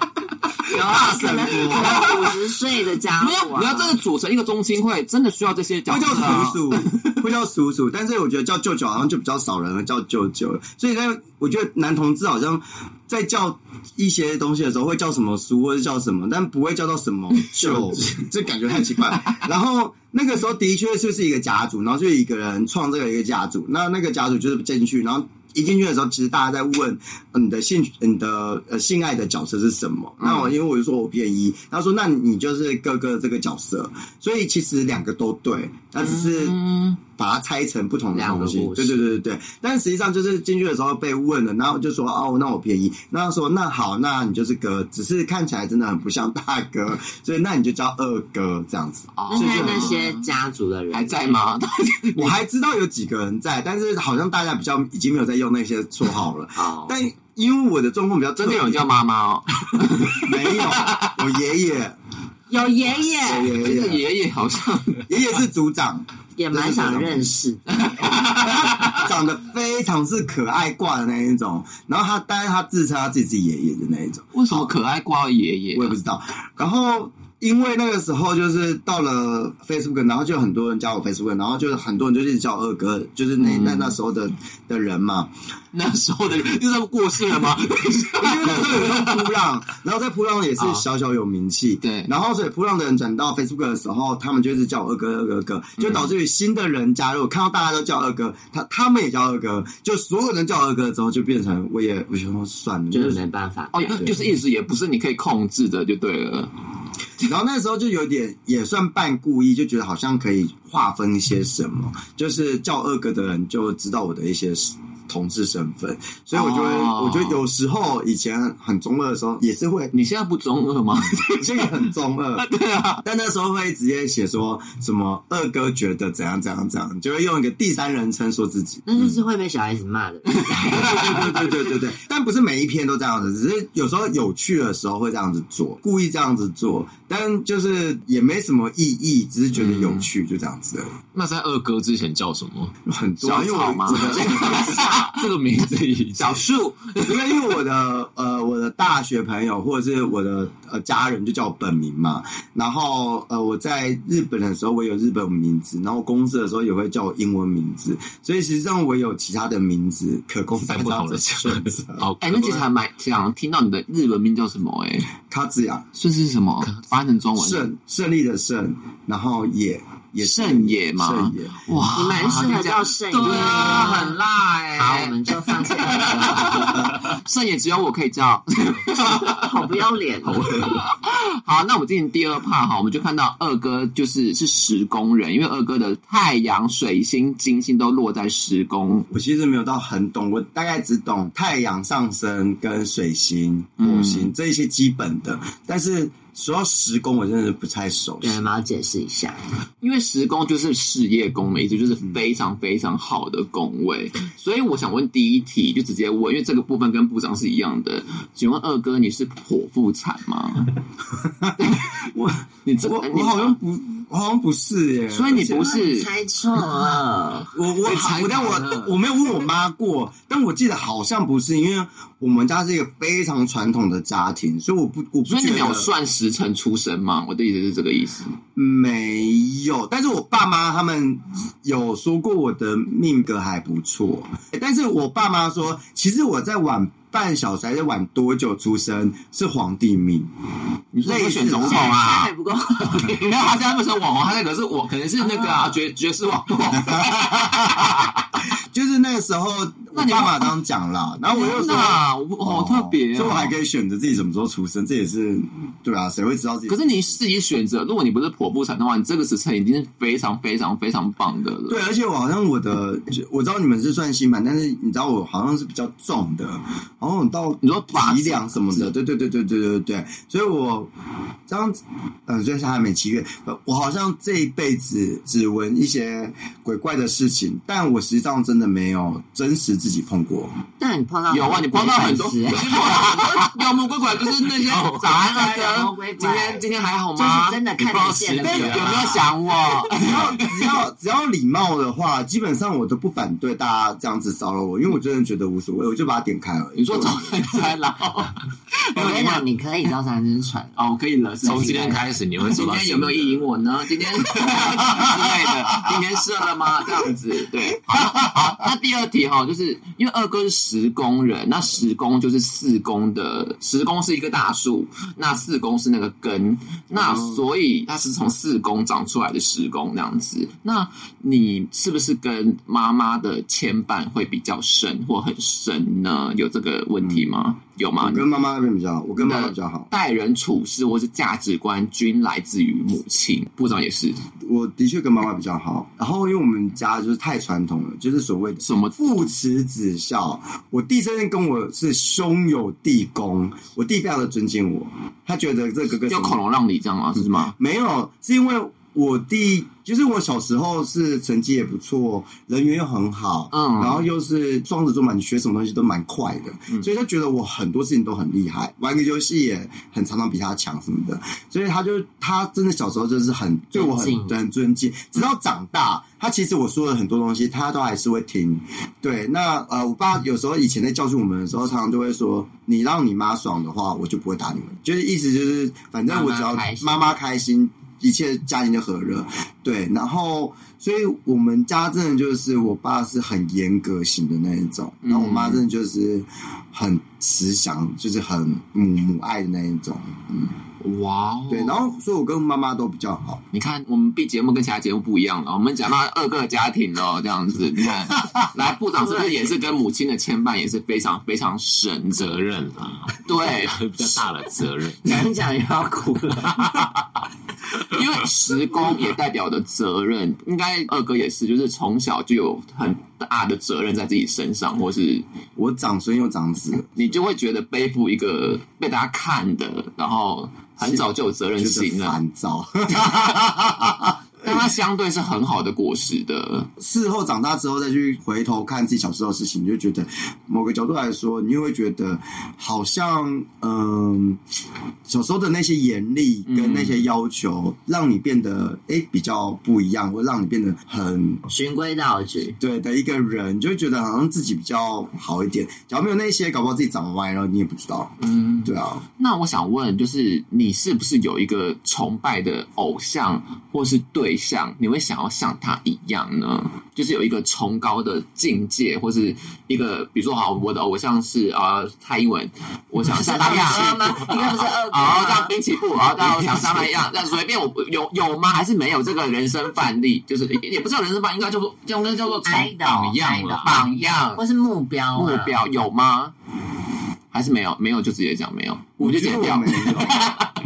S3: 有啊，
S1: 哦可能可能五十岁的家
S3: 没
S1: 伙、
S3: 有，
S1: 啊，
S3: 你要真的组成一个中心会，真的需要这些角
S4: 会叫
S3: 色啊。
S4: 叔叔， (laughs) 会叫叔叔，但是我觉得叫舅舅好像就比较少人会叫舅舅，所以在我觉得男同志好像在叫一些东西的时候会叫什么叔或者叫什么，但不会叫到什 (laughs) 么舅，这感觉太奇怪。然后那个时候的确就是一个家族，然后就一个人创这个一个家族，那那个家族就是进去，然后。一进去的时候，其实大家在问呃你的兴趣、你的呃性爱的角色是什么？
S1: 嗯
S4: 那我因为我就说我偏一，他说那你就是哥哥这个角色，所以其实两个都对，那只是
S3: 嗯
S4: 把它拆成不同的东
S1: 嗯
S4: 西
S1: 两个。故
S4: 对
S1: 事
S4: 对对对对，但实际上就是进去的时候被问了，然后就说哦，那我偏一，那他说那好，那你就是哥，只是看起来真的很不像大
S1: (laughs)
S4: 哥，所以那你就叫二哥这样子。
S3: 哦
S1: 那现在那些家族的人
S3: 还在吗？ (laughs)
S4: 我还知道有几个人在，但是好像大家比较已经没有在用那些绰号了。
S1: (laughs) 哦，
S4: 但因为我的状况比较特
S3: 真的
S4: 别
S3: 有人叫妈妈哦，
S4: (laughs) 没有，我爷爷，
S1: 有爷爷
S4: 我
S3: 这
S4: (laughs) 爷
S3: 个
S4: 爷，
S3: 爷爷好像
S4: 爷爷是组长，
S1: 也蛮想认识的，
S3: 哦
S4: 长得非常是可爱挂的那一种。然后他，但是他自称他自己是爷爷的那一种，
S3: 为什么可爱挂爷爷
S4: 我？也不知道。然后。因为那个时候就是到了 Facebook，然后就很多人加我 Facebook，然后就是很多人就一直叫我二哥，就是那、那那时候的的人嘛。
S3: 那时候的人就是他们过世了
S4: (laughs)
S3: 吗？
S4: 因为那时候有用扑浪，然后在扑浪也是小小有名气，
S3: 啊对
S4: 然后所以扑浪的人转到 Facebook 的时候，他们就一直叫我二哥二哥二哥，就
S3: 嗯
S4: 导致于新的人加入，看到大家都叫二哥，他他们也叫二哥，就所有人叫二哥之后，就变成我也我想说算了，就
S1: 就是
S4: 是
S1: 没办法。
S3: 哦，那就是意思也不是你可以控制的，就对了。
S4: 然后那时候就有点也算半故意，就觉得好像可以划分一些什么，
S3: 嗯
S4: 就是叫二哥的人就知道我的一些同志身份，所以我就会，
S3: 哦
S4: 我觉得有时候以前很中二的时候也是会
S3: 你现在不中二吗？ (laughs)
S4: (laughs) 这个很中二，对啊。但那时候会直接写说什么二哥觉得怎样怎样怎样，就会用一个第三人称说自己。
S1: 那就是会被小孩子骂的，
S3: 嗯
S4: 对对对对对对，但不是每一篇都这样子，只是有时候有趣的时候会这样子做，故意这样子做，但就是也没什么意义，只是觉得有趣，就这样子而已。
S7: 那在二哥之前叫什么？ (laughs)
S4: 很多
S3: 小，
S4: 因为
S3: 草吗
S4: 我的，
S7: 这个名字已经
S3: 小树，
S4: 因为因为我的呃我的大学朋友或者是我的呃家人就叫我本名嘛，然后呃我在日本的时候我有日本名字，然后公司的时候也会叫我英文名字，所以实际上我有其他的名字可供大
S7: 在不
S4: 家
S7: 同的
S4: 选择。 (laughs)
S7: 好，
S3: 哎、那其实还蛮想听到你的日文名叫什么、哎，
S4: 卡子雅
S3: 顺是什么？翻成中文。
S4: 胜胜啊利的胜，然后也也是
S3: 圣野嘛
S4: 胜野。
S3: 哇，
S1: 你蛮适合叫圣爷。
S3: 对啊，很辣哎、
S1: 好，我们就放弃了，
S3: 圣野只有我可以叫。 (laughs)
S1: 好不要脸哦。
S3: 好，那我们进行第二趴哈，我们就看到二哥就是是十宫人，因为二哥的太阳、水星、金星都落在十宫，
S4: 我其实没有到很懂，我大概只懂太阳上升跟水星、
S3: 嗯
S4: 火星、这一些基本的，但是说到时宫，我真的不太熟悉
S3: 嗯
S1: 对，我。们要解释一下，
S3: 因为十宫就是事业宫嘛，也就是非常非常好的宫 (laughs) 位，所以我想问第一题就直接问，因为这个部分跟部长是一样的，请问二哥你是剖腹产 (laughs) 吗？
S4: (laughs) 我
S3: 你这
S4: 我
S3: 你
S4: 我好像不，我好像不是耶。
S3: 所以你不是哦
S1: 猜错了，
S4: 我我
S3: 猜
S4: 我
S3: 到
S4: 但
S3: 了
S4: 我我没有问我妈过，但我记得好像不是，因为我们家是一个非常传统的家庭，所以我不我不
S3: 所以你
S4: 觉
S3: 没有
S4: 得
S3: 算时辰出生吗？我的意思是这个意思。
S4: 没有，但是我爸妈他们有说过我的命格还不错， (laughs) 但是我爸妈说，其实我在晚半小时还是晚多久出生是皇帝命，
S3: 你说会选总统
S1: 猜
S3: 啊
S1: 还？不够，
S3: (laughs) 没有，他现在不是网红，他那个是我，可能是那个啊，爵爵士网红。
S4: 就是那个时候我
S3: 你
S4: 爸妈这样讲
S3: 哦
S4: 啦，然后我就
S3: 真
S4: 说
S3: 的啊，我
S4: 哦
S3: 好特别、啊。
S4: 所以我还可以选择自己什么时候出生，这也是对啊，谁会知道自己？
S3: 可是你自己选择，如果你不是剖腹产的话，你这个时辰已经是非常非常非常棒的了。
S4: 对，而且我好像我的，就我知道你们是算新版，但是你知道我好像是比较重的，然后到
S3: 你说八字
S4: 脊梁什么的，对对对对对对对，所以我这样子，嗯，虽然是还没七月，呃我好像这一辈子只闻一些鬼怪的事情，但我实际上真的没有真实自己碰过？
S1: 但你碰到
S3: 有啊，啊你碰到很多，(laughs)
S1: 粉丝
S3: 你碰到很多妖魔鬼怪，就是那些啊杂
S1: 杂的妖魔
S3: 那
S1: 鬼
S3: 个。
S1: 怪
S3: 今天今天还好
S1: 就
S3: 吗？
S1: 是真的看得见的
S3: 但有没有想我？
S4: (laughs) 只要只要只要礼貌的话，基本上我都不反对大家这样子骚扰我，因为我真的觉得无所谓，我就把它点开而已。
S3: 你说早餐才来哦，
S1: 我跟你讲，你可以招三只船，
S3: 哦，可以了。
S7: 从今天开始你会收
S3: 今
S7: 到
S3: 天有没有意淫我呢？今
S1: (laughs)
S3: 天之类的，今天射了吗？这样子， (laughs) 对。好好那第二题哈，就是因为二哥是十宫人，那十宫就是四宫的，十宫是一个大树，那四宫是那个根，那所以它是从四宫长出来的十宫那样子。那你是不是跟妈妈的牵绊会比较深或很深呢？有这个问题吗？有吗
S4: 我？跟妈妈那边比较好，我跟妈妈比较好。
S3: 待嗯人处事或是价值观均来自于母亲，部长也是
S4: 我的确跟妈妈比较好，然后因为我们家就是太传统了，就是所谓的
S3: 什么
S4: 父慈子孝。我弟真的跟我是兄友弟恭，我弟非常的尊敬我，他觉得这哥哥
S3: 叫
S4: 什么
S3: 恐龙让梨这样吗？是吗？
S4: 没有，是因为我弟，就是我小时候是成绩也不错，人缘又很好，
S3: 嗯
S4: 然后又是双子座嘛，你学什么东西都蛮快的，
S1: 嗯
S4: 所以他觉得我很多事情都很厉害，玩个游戏也很常常比他强什么的，所以他就他真的小时候就是很对我很
S1: 尊敬
S4: 很尊敬，直到长大，他其实我说的很多东西，他都还是会听。对，那呃，我爸有时候以前在教训我们的时候，常常就会说：“你让你妈爽的话，我就不会打你们。”就是意思就是，反正我只
S1: 妈
S4: 要
S1: 妈开心
S4: 妈妈开心，一切家庭就和乐。对，然后所以我们家真的就是我爸是很严格型的那一种，然后我妈真的就是很慈祥，就是很母母爱的那一种。嗯
S3: 哇哦！
S4: 对，然后所以我跟妈妈都比较好。
S3: 你看我们 B 节目跟其他节目不一样了，我们讲到二哥的家庭了，这样子，你看，来部长是不是也是跟母亲的牵绊也是非常非常深？
S7: 责任啦，
S3: 对，
S7: 比较大的责任。
S1: 讲一讲又要哭了。
S3: (laughs) 因为时工也代表的责任，应该二哥也是，就是从小就有很大的责任在自己身上，或是
S4: 我长孙又长子，
S3: 你就会觉得背负一个被大家看的，然后很早就有责任
S4: 就是
S3: 心了。
S4: 烦躁。
S3: 但它相对是很好的果实的，
S4: 事后长大之后再去回头看自己小时候的事情，你就觉得某个角度来说，你又会觉得好像嗯，小时候的那些严厉跟那些要求，让你变得诶比较不一样，或让你变得很
S1: 循规蹈矩，
S4: 对的一个人，就会觉得好像自己比较好一点。假如没有那些，搞不好自己长歪了，你也不知道。
S3: 嗯，
S4: 对啊，
S3: 那我想问，就是你是不是有一个崇拜的偶像或是对象，你会想要像他一样呢？就是有一个崇高的境界，或是一个，比如说，好，我的偶像是啊、呃蔡英文，我想像他一样。
S1: 二哥吗？应 (laughs) 该不是二哥
S3: 啊，这样
S1: 吗？
S3: 滨崎步，然后大家想像他一样，那随便我有有吗？还是没有这个人生范例？就是也也不叫人生范例，应该叫做叫那叫做崇榜样了，榜样
S1: 或是目标啊
S3: 目标有吗？还是没有？没有就直接讲没有，我
S4: 我
S3: 们就
S4: 觉
S3: 剪
S4: 得
S3: 掉
S4: 我。没
S3: (laughs)
S4: 有，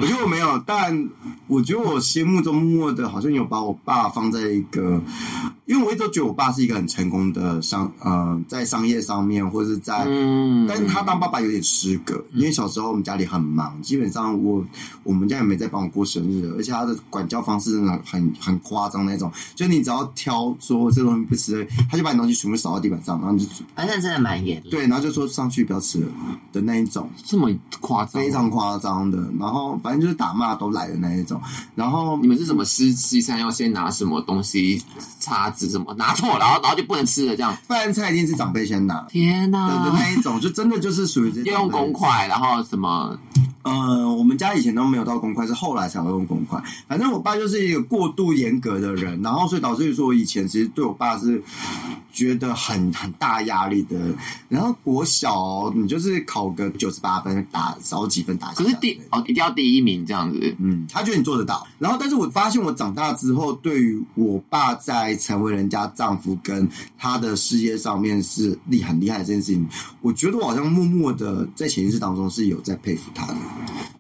S4: 我觉得我没有，但我觉得我心目中默默的，好像有把我爸放在一个，因为我一直都觉得我爸是一个很成功的商，呃，在商业上面或是在。
S3: 嗯，
S4: 但是他当爸爸有点失格，因为小时候我们家里很忙，基本上我我们家也没在帮我过生日，而且他的管教方式真的很很夸张那种，就你只要挑说这东西不吃，他就把你东西全部扫到地板上，然后你就
S1: 反正真的蛮严厉。
S4: 对，然后就说上去不要吃了的那一种。
S3: 这么夸张，
S4: 非。常夸张的，然后反正就是打骂都来的那一种，然后
S3: 你们是什么吃西餐要先拿什么东西，叉子什么拿错，然后然后就不能吃了
S4: (laughs)
S3: 这样。
S4: 饭菜一定是长辈先拿。
S3: 天
S4: 的的
S3: 哪！
S4: 那一种，就真的就是属于这种
S3: 要用公。筷，然后什么？
S4: 嗯、我们家以前都没有到公筷，是后来才会用公筷。反正我爸就是一个过度严格的人，然后所以导致于说我以前其实对我爸是觉得很很大压力的。然后国小哦你就是考个九十八分，打少几分打几
S3: 可
S4: 分。
S3: 是第哦，一定要第一名这样子。
S4: 嗯，他觉得你做得到。然后，但是我发现我长大之后，对于我爸在成为人家丈夫跟他的事业上面是厉很厉害的这件事情，我觉得我好像默默的在潜意识当中是有在佩服他的。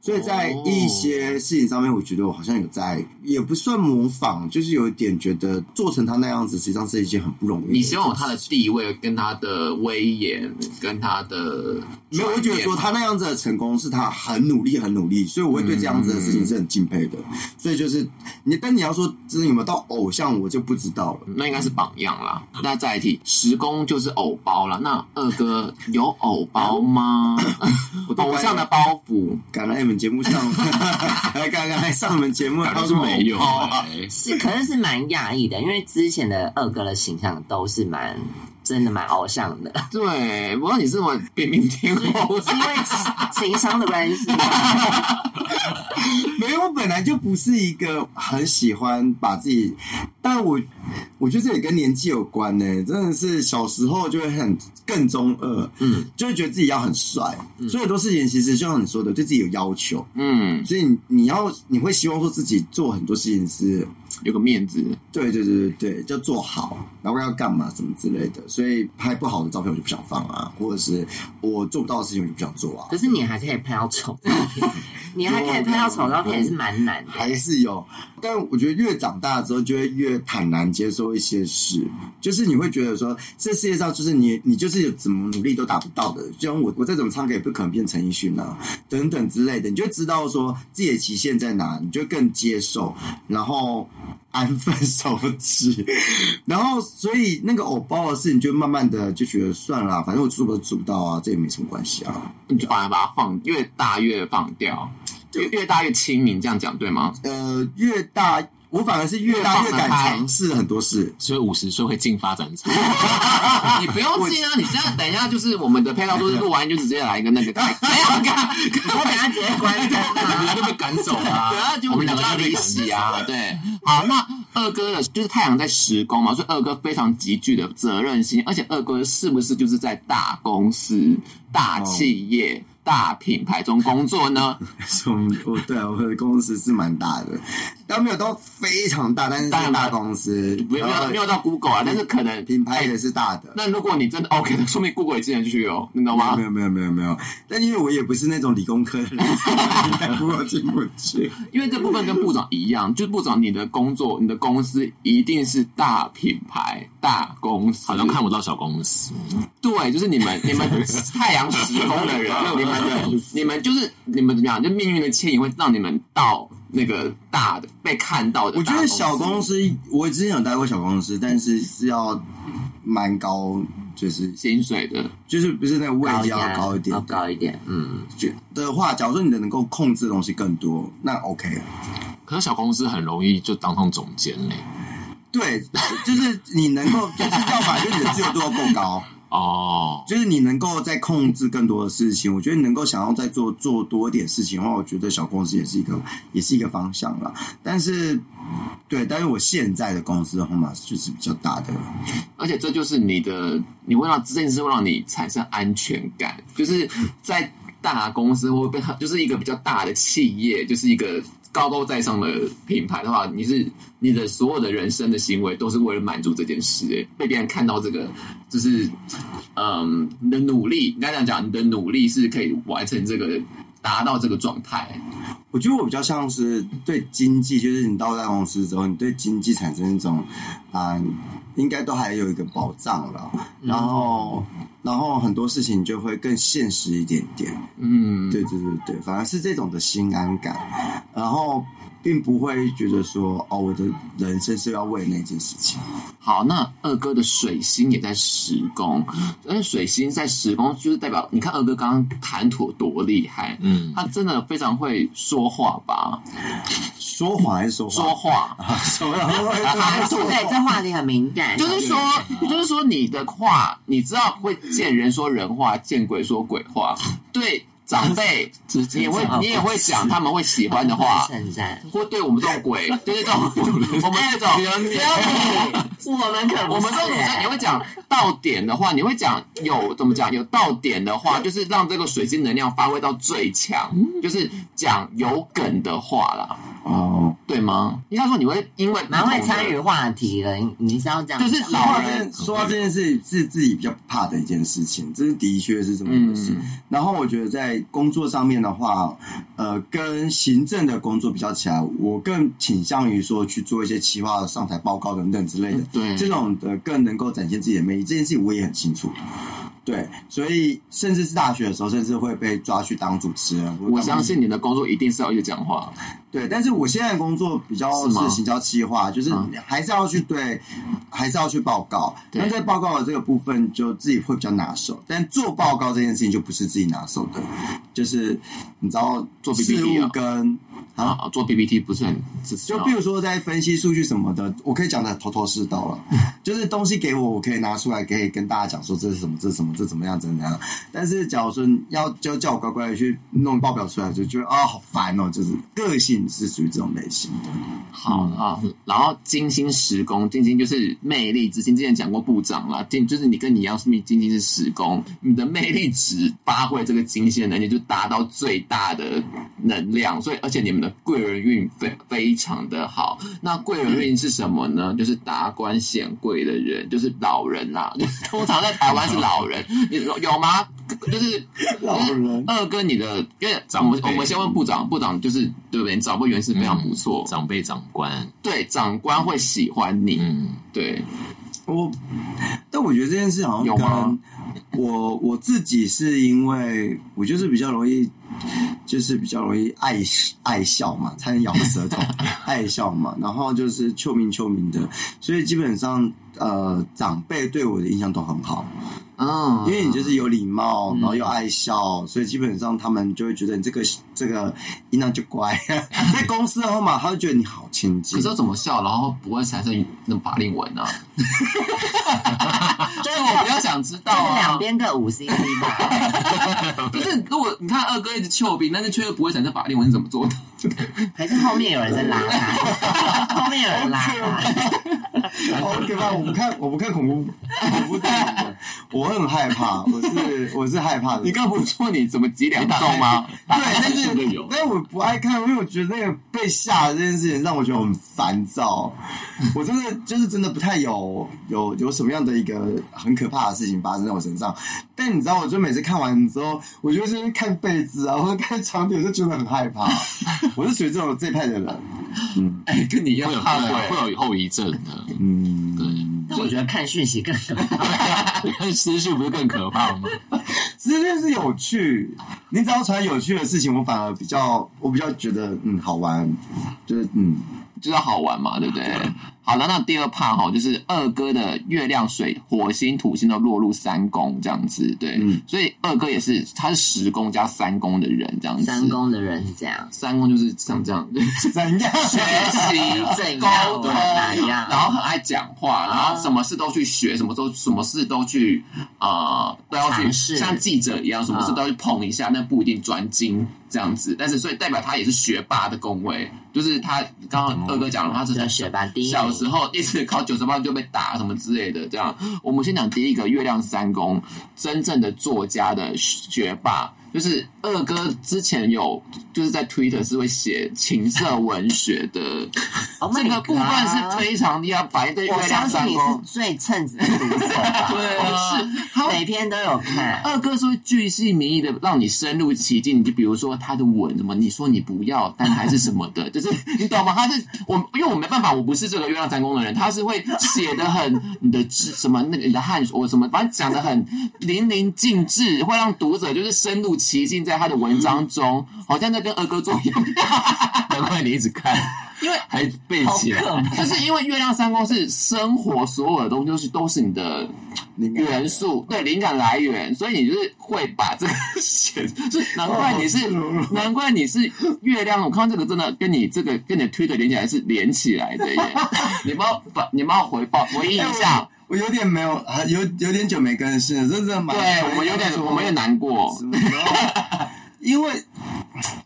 S4: 所以在一些事情上面，我觉得我好像有在，也不算模仿，就是有一点觉得做成他那样子，实际上是一件很不容易的事情。
S3: 你希望有他的地位、跟他的威严、跟他的
S4: 没有，我觉得说他那样子的成功是他很努力、很努力，所以我会对这样子的事情是很敬佩的。所以就是你，但你要说真的有没有到偶像，我就不知道了。
S3: 那应该是榜样啦。那再一题，十公就是偶包了。那二
S7: (laughs)
S3: 哥有偶包吗？ (laughs) 偶像的包袱
S4: 赶来你们节目上，来赶来上你们节目，他
S7: 是
S4: 说
S7: 没有
S4: 哦
S3: 啊
S7: 哎
S1: 是，可是是蛮讶异的，因为之前的二哥的形象都是蛮真的蛮偶像的，
S3: 对，我知道你是什么扁平天后，
S1: 是因为情商的关系吗。
S4: 没有，我本来就不是一个很喜欢把自己，但我我觉得这也跟年纪有关呢、真的是小时候就会很更中二，嗯，就会觉得自己要很帅，所以很多事情其实就像你说的，对自己有要求，
S3: (laughs) 嗯，
S4: 所以你你要你会希望说自己做很多事情是
S3: 有个面子。
S4: 对对对对对，就做好，然后要干嘛什么之类的，所以拍不好的照片我就不想放啊，或者是我做不到的事情我就不想做啊
S1: 可，是你还可以拍到丑照片，你还可以拍到丑照片也是蛮难的。
S4: 还是有，但我觉得越长大之后就会越坦然接受一些事，就是你会觉得说这世界上就是你你就是怎么努力都达不到的，就像我我再怎么唱歌也不可能变陈奕迅啊等等之类的，你就会知道说自己的极限在哪，你就更接受，然后安分守己， (laughs) 然后所以那个偶包的事，你就慢慢的就觉得算了，反正我做不到做不到啊，这也没什么关系啊。
S3: 你就反而把它放越大越放掉，越越大越亲民，这样讲对吗？
S4: 呃，越大我反而是越大越
S3: 越放得
S4: 敢
S3: 开
S4: 尝试很多事。
S7: 所以五十岁会进发展场，
S3: 你不用进啊，你现在等一下就是我们的配套都是录完就直接来一个那个，
S7: (laughs)
S3: 哎等
S1: 我等下直接关灯
S7: 你
S1: 啊！
S7: 要被赶走啊！
S3: 一下就
S7: 我
S3: 我
S7: 们
S3: 们
S7: 两个就
S3: 两个要
S7: 被
S3: 离
S7: 赶走
S3: 席啊，对。好，那二哥的就是太阳在时工嘛，所以二哥非常极具的责任心，而且二哥是不是就是在大公司、大企业、大品牌中工作 (laughs) 呢？
S4: 所以我们我对啊，我的公司是蛮大的，但没有到非常大，但是是
S3: 当然
S4: 大公司，
S3: 没有没
S4: 然
S3: 有
S4: 后
S3: 没有到哎 Google 啊，但是可能
S4: 品牌也是大的。啊
S3: 那如果你真的 OK 的，说明 Google 也之前去哦，你懂吗
S4: 没？有没有没有没有，但因为我也不是那种理工科的人，
S3: (laughs)
S4: 所以我进不去。
S3: 因为这部分跟部长一样，就是部长你的工作，你的公司一定是大品牌、大公司，
S7: 好像看不到小公司，
S3: 对，就是你
S7: (laughs)
S3: 们你们太阳时空的人，你们的你们就是你们怎么样，就命运的牵引会让你们到那个大的被看到的
S4: 我
S3: 大
S4: 觉
S3: 公司。
S4: 得小公司，我之前有待过小公司，但是是要蛮高，就是
S3: 薪水的，
S4: 就是不是那个位
S1: 高
S4: 置要高一点
S1: 要。高一点。嗯，
S4: 就的话，假如说你能够控制的东西更多，那 OK。
S7: 可是小公司很容易就当上总监嘞。
S4: 对，就是你能够，就是要把就是你的自由度要够高。
S7: 哦，
S4: 就是你能够在控制更多的事情，我觉得你能够想要再做做多一点事情的话，我觉得小公司也是一个也是一个方向啦。但是，对，但是我现在的公司的话嘛，就是比较大的，
S3: 而且这就是你的，你会让这件事会让你产生安全感，就是在大公司或被就是一个比较大的企业，就是一个高高在上的品牌的话，你是你的所有的人生的行为都是为了满足这件事，哎被别人看到这个，就是嗯，你的努力，应该这样讲，你的努力是可以完成这个。达到这个状态，
S4: 我觉得我比较像是对经济，就是你到大公司之后，你对经济产生一种啊、应该都还有一个保障了。然后，然后很多事情就会更现实一点点。
S3: 嗯，
S4: 对对对对，反而是这种的心安感，然后并不会觉得说哦，我的人生是要为那件事情。
S3: 好，那二哥的水星也在十宫，但是水星在十宫就是代表，你看二哥刚刚谈吐多厉害，
S7: 嗯，
S3: 他真的非常会说话吧？
S4: 说谎还是说
S3: 说
S4: 谎？
S3: 话，
S4: 说谎说
S1: 对，这
S4: 谎。
S1: 话题很敏感。
S3: 就是说， (laughs) 就是说你的话，你知道会见人说人话，见鬼说鬼 (laughs) 话，对长辈你也会你也会讲他们会喜欢的话。 (laughs)
S1: 称赞。
S3: 或对我们这种鬼，就是这种 (laughs) 我们这种，
S1: 我们可不
S3: 我们这种女生，你会讲到点的话，你会讲有怎么讲有到点的话，就是让这个水
S1: 嗯
S3: 晶能量发挥到最强，就是讲有梗的话啦。
S4: (laughs) 哦，
S3: 对吗？应该说你会因为
S1: 蛮会参与，话题了，你你是要这样
S3: 就
S1: 讲，
S3: 是
S4: 说
S3: 老
S4: 到这
S3: 人嗯
S4: 件，说到这件事是自己比较怕的一件事情，这是的确是这么回
S3: 嗯
S4: 事。然后我觉得在工作上面的话，呃，跟行政的工作比较起来，我更倾向于说去做一些企划、上台报告等等之类的，
S3: 嗯对
S4: 这种的更能够展现自己的魅力。这件事情我也很清楚。对，所以甚至是大学的时候，甚至会被抓去当主持人。
S3: 我相信你的工作一定是要去讲话，
S4: 对，但是我现在的工作比较
S3: 是吗嗯
S4: 是行销企划，就是还是要去对，还是要去报告。
S3: 对
S4: 那在报告的这个部分，就自己会比较拿手，但做报告这件事情就不是自己拿手的，就是你知道
S3: 做
S4: 事
S3: PPT 啊
S4: 务跟啊，
S3: 啊，做 PPT 不是很自私
S4: 就
S3: 啊
S4: 比如说在分析数据什么的，我可以讲的头头是道了， (laughs) 就是东西给我，我可以拿出来，可以跟大家讲说这是什么，这是什么，这怎么样，怎么样。但是假如说你要就叫我乖乖的去弄报表出来，就觉得啊、好烦哦，就是个性是属于这种类型的。
S3: 好啊，然后金星十宫，金星就是魅力之星，之前讲过部长啦，金就是你跟你一样是命，金星是十宫，你的魅力值发挥这个金星的能力，就达到最大的能量，所以而且你们的贵人运非非常的好。那贵人运是什么呢？就是达官显贵的人，就是老人啦、 (laughs) 就是通常在台湾是老人， (laughs) 你有吗？就是
S4: 老人
S3: 二哥，你的因为我们我们先问部长，部长就是对不对？你找部员是非常不
S2: 嗯
S3: 错，
S7: 长辈长官，
S3: 对，长官会喜欢你。
S7: 嗯，
S3: 对，
S4: 我，但我觉得这件事好像
S3: 有吗
S4: 跟我我自己是因为我就是比较容易，就是比较容易爱爱笑嘛，差点咬舌头， (laughs) 爱笑嘛，然后就是臭名臭名的，所以基本上呃长辈对我的印象都很好，
S3: 嗯，
S4: 因为你就是有礼貌，然后又爱笑，所以基本上他们就会觉得你这个这个音量就乖， (laughs) 在公司的话嘛，他就觉得你好亲近
S3: 可是。要怎么笑，然后不会产生那种法令纹呢、啊？ (laughs)
S1: 就
S3: 这
S1: 是
S3: 个我比较想知道
S1: 就是
S3: 啊
S1: 两。边各五 CC 吧，
S3: (laughs) 就是如果你看二哥一直臭兵，但是却又不会产生法令纹，是怎么
S7: (laughs)
S3: 做的？
S1: 还是后面有人在拉
S3: (laughs)
S1: 他，后面有人拉他，
S4: 好可怕！我不看， (laughs) 我不看恐怖恐怖电影的，我很害怕，我是我是害怕的。
S3: 你刚不是说你怎么几两重 (laughs) 吗？
S4: 对，但
S7: (laughs)
S4: 是
S7: 这个有
S4: 但我不爱看，因为我觉得那个被吓的这件事情让我觉得很烦躁。我真的就是真的不太有有有什么样的一个很可怕的事情发生在我身上。但你知道，我就每次看完之后，我就是看被子啊，或者看床底，我就觉得很害
S3: (laughs)
S4: 怕。我是属于这种这一派的人。
S3: 哎、跟你一样
S7: 会有
S3: 怕鬼。
S7: 会有后遗症
S3: (laughs)
S7: 的，
S4: 嗯，
S1: 但我觉得看讯息更可怕，
S7: 但思绪不是更可怕吗？
S4: 这就是有趣。你只要传有趣的事情，我反而比较，我比较觉得嗯好玩，就是嗯
S3: 就是好玩嘛，对不对？好了，那第二趴哈，就是二哥的月亮、水、火星、土星都落入三宫这样子，对，
S4: 嗯
S3: 所以二哥也是他是十宫加三宫的人这样子，嗯
S1: 三宫的人是这样，
S3: 三宫就是像这样，对
S4: 怎样？
S3: 学习
S1: 怎样
S3: 沟通，
S1: 哪样
S3: 然后很爱讲话，然后什么事都去学，什么都什么事都去啊、呃都要去
S1: 尝试
S3: 像记者一样，什么事都要去碰一下，但不一定专精这样子。但是所以代表他也是学霸的宫位，就是他刚刚二哥讲了，他是
S1: 就学霸第一名
S3: 小时候一直考九十八就被打什么之类的，这样。我们先讲第一个月亮三宫，真正的作家的学霸，就是二哥之前有就是在 Twitter 是会写情色文学的，
S1: (laughs) Oh my
S3: 这个部分
S1: God
S3: 是非常厉害，反映在月
S1: 我
S3: 亮
S1: 相信
S3: 三
S1: 你
S3: 宫
S1: 是。最称职的读者
S3: (laughs)
S1: 吧，
S3: 对啊，是
S1: (laughs) 每篇都有看，
S3: 二哥是会巨细靡遗的让你深入其境，就比如说他的吻什么，你说你不要，但还是什么的， (laughs) 就是你懂吗？他是我，因为我没办法，我不是这个月亮三宫的人，他是会写的很你的知什么那个你的汗我什么，反正讲的很淋漓尽致，会让读者就是深入其境，在他的文章中，好像在跟二哥做一样。
S7: (laughs) 难怪你一直看，
S3: 因为
S7: 还背起来， (laughs)
S3: 就是因为月亮三宫是生活所有的东西都是都是你的
S4: 灵感
S3: 元素，对灵感来源，所以你就是会把这个 (laughs) 写，就是难怪你是
S4: 哦
S3: 难怪你是月亮，我看到这个真的跟你这个跟你的推特连起来是连起来的耶， (laughs) 你们要把你们要回报回应一下，
S4: 我有点没有，啊有有点久没更新了，真的蛮
S3: 对我们有点我们有点难过
S4: 什，么时候因为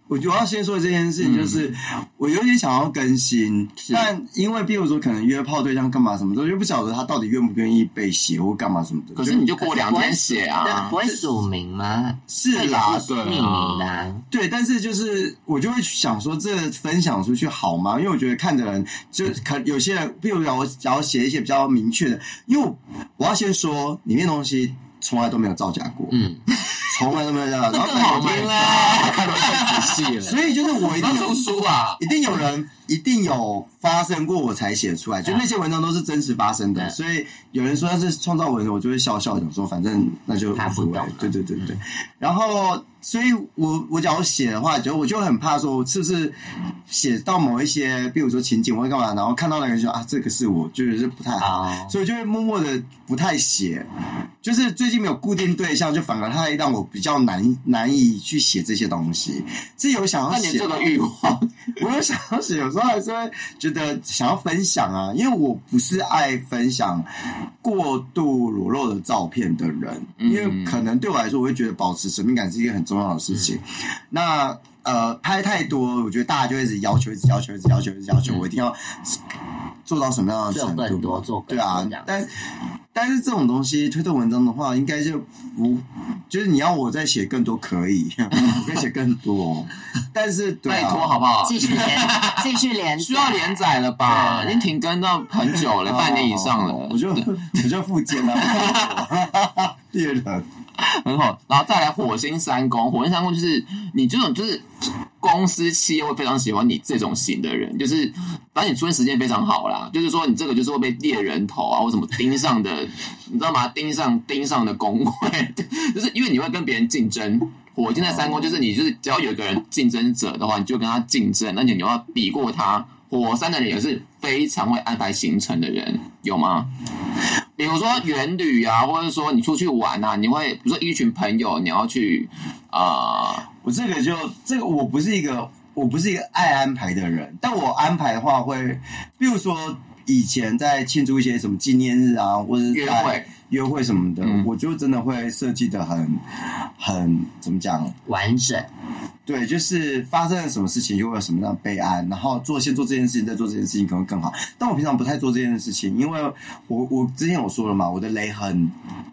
S4: 我觉得我要先说这件事情，就是、我有点想要更新，但因为比如说可能约炮对象干嘛什么的，我就不晓得他到底愿不愿意被写或干嘛什么的。
S3: 可是你就过两天写啊
S1: 不，会署名吗？
S4: 是啦，
S1: 对，匿名的啊。
S4: 对，但是就是我就会想说，这分享出去好吗？因为我觉得看的人就可有些人，比如讲我想要写一些比较明确的，因为我我要先说里面东西从来都没有造假过，嗯，从来都没有造假，然后好听
S3: 啊
S4: 啦，看得更仔细了， (laughs) 所以就是我一定
S3: 出书啊，
S4: 一定有人，一定有发生过，我才写出来。就那些文章都是真实发生的，所以有人说那是创造文，我就会笑笑讲说，反正那就
S1: 他
S4: 无
S1: 不
S4: 所谓
S1: 懂。
S4: 对对对对。然后，所以我我假如写的话，就我就很怕说，是不是写到某一些，比如说情景或者干嘛，然后看到那个人说啊，这个是我，就是不太好，
S1: 哦
S4: 所以我就会默默的不太写。就是最近没有固定对象，就反而他让我比较难难以去写这些东西。是有想要
S3: 那你
S4: 写
S3: 这个欲望。
S4: 我有想要写，有时候还是会觉得想要分享啊，因为我不是爱分享过度裸露的照片的人，因为可能对我来说，我会觉得保持神秘感是一个很重要的事情。那呃，拍太多，我觉得大家就会一直要求，一直要求，一直要求，一直要
S3: 嗯
S4: 求，我一定要做到什么样的
S1: 做
S4: 程度？
S1: 更多做更
S4: 对
S1: 多
S4: 啊
S1: 这样，
S4: 但但是这种东西推动文章的话，应该就不就是你要我再写更多可以， (laughs) 我可以写更多，但是对、啊、
S3: 拜托好不好？
S1: 继
S3: (laughs)
S1: 续连，继续连，
S3: 需要连载了吧？已经停更到很久
S4: 哦
S3: 了，半年以上了，
S4: 我就我就复健了， (laughs) 猎人。
S3: (laughs) 很好。然后再来火星三宫，火星三宫就是你这种就是公司企业会非常喜欢你这种型的人，就是反正你出现时间非常好啦，就是说你这个就是会被猎人头啊或什么盯上的，你知道吗？盯上盯上的工会， (laughs) 就是因为你会跟别人竞争。火星在三宫就是你就是只要有一个人竞争者的话，你就跟他竞争，而且你要比过他。火山的人也是非常会安排行程的人，有吗？比如说远旅啊，或者说你出去玩啊，你会比如说一群朋友，你要去啊、
S4: 我这个就这个，我不是一个我不是一个爱安排的人，但我安排的话会，比如说以前在庆祝一些什么纪念日啊，或者是在
S3: 约会嗯
S4: 约会什么的，我就真的会设计的很很怎么讲？
S1: 完整，
S4: 对，就是发生了什么事情，又会有什么样的备案，然后做先做这件事情，再做这件事情可能更好。但我平常不太做这件事情，因为我我之前有说了嘛，我的雷很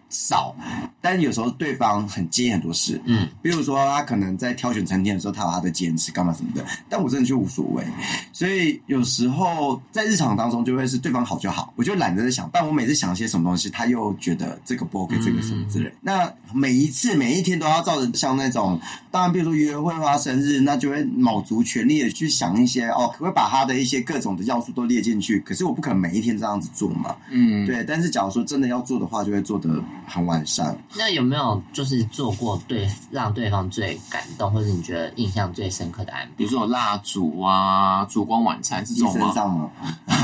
S4: 少，但有时候对方很介意很多事，
S1: 嗯，
S4: 比如说他可能在挑选餐厅的时候，他有他的坚持干嘛什么的，但我真的就无所谓。所以有时候在日常当中就会是对方好就好，我就懒得在想。但我每次想些什么东西，他又觉得这个不 OK，这个什么之类。那每一次每一天都要照着像那种，当然比如说约会啊、生日，那就会卯足全力的去想一些哦，可不可以把他的一些各种的要素都列进去？可是我不可能每一天这样子做嘛。
S3: 嗯，
S4: 对，但是假如说真的要做的话，就会做得很完善。
S1: 那有没有就是做过对让对方最感动，或者你觉得印象最深刻的安
S3: 比如说有蜡烛啊、烛光晚餐这
S4: 你
S3: 种
S4: 身
S3: 吗？
S4: 上吗？
S1: 排？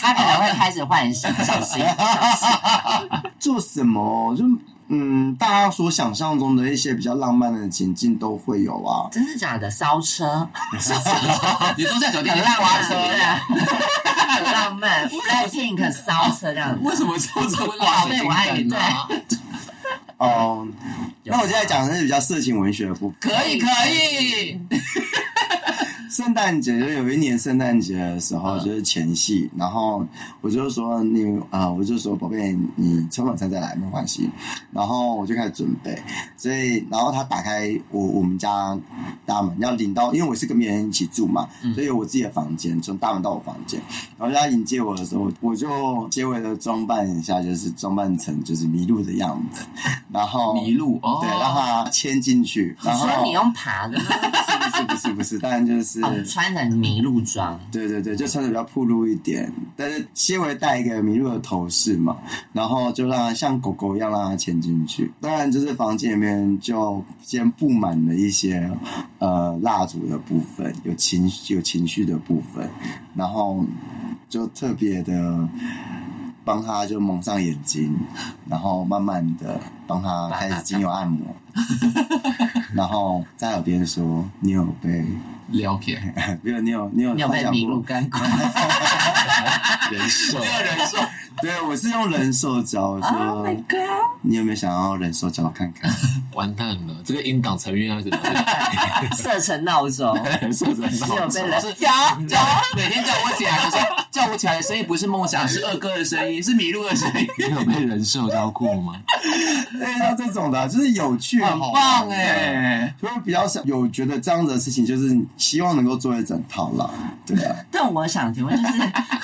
S1: 他可能会开始唤醒，小心，小心
S4: 做什么？就嗯，大家所想象中的一些比较浪漫的情境都会有啊。
S1: 真的假的？烧车，
S3: 你说在酒店
S1: 很
S3: 里
S1: 浪
S3: 挖
S1: 漫，
S3: 车
S1: 对
S3: 呀？
S1: 不对很浪漫，Blackpink 烧车这样子。
S3: 为什么说这么
S1: 宝
S3: 挖
S1: 贝我爱你
S3: 呢？
S4: 哦、
S1: 有
S4: 那我现在讲的是比较色情文学的部分。
S3: 可以可以，
S4: 圣诞节就有一年圣诞节的时
S3: 嗯
S4: 候，就是前戏，然后我就说你啊、我就说宝贝，你吃晚餐再来没关系。然后我就开始准备，所以然后他打开我我们家大门，要领到，因为我是跟别人一起住嘛，
S3: 嗯
S4: 所以有我自己的房间，从大门到我房间。然后他迎接我的时候，我就结尾的装扮一下，就是装扮成就是迷路的样子，然后
S3: 迷路哦，
S4: 对，让他牵进去，然
S1: 你
S4: 后
S1: 说你用爬的吗，
S4: (laughs) 不是不是不是，当然就是。
S1: 哦穿成麋鹿装，
S4: 对对对，就穿的比较暴露一点，但是纤维戴一个麋鹿的头饰嘛，然后就让它像狗狗一样让它牵进去。当然，就是房间里面就先布满了一些呃蜡烛的部分，有情绪有情绪的部分，然后就特别的帮他就蒙上眼睛，然后慢慢的帮他开始精油按摩， (laughs) 然后在耳边说：“你有被， (laughs)
S3: 了解。
S4: 没有你有你有
S1: 你有
S4: 幻
S1: 被
S4: 想
S1: 麋鹿
S4: 过
S1: 干过？
S4: 人寿，
S3: 人寿
S4: 对我是用人寿教，我
S1: Oh
S4: 说
S1: my god！
S4: 你有没有想要人寿教看看？
S2: 完蛋了，这个音档成员要怎么？
S1: 射成闹钟，
S3: 人寿人寿
S1: 是有被人
S3: 有叫我每天叫我起来，可是叫我起来的声音不是梦想，是二哥的声音，是麋鹿的声音。
S2: 你有被人兽教过吗？
S4: 对，像这种的啊、就是有趣，
S3: 很
S4: 好
S3: 棒
S4: 玩的欸
S3: 哎、
S4: 所以我比较想有觉得这样子的事情，就是希望能够做一整套啦，对 (laughs) 啊。
S1: 但我想提问就是，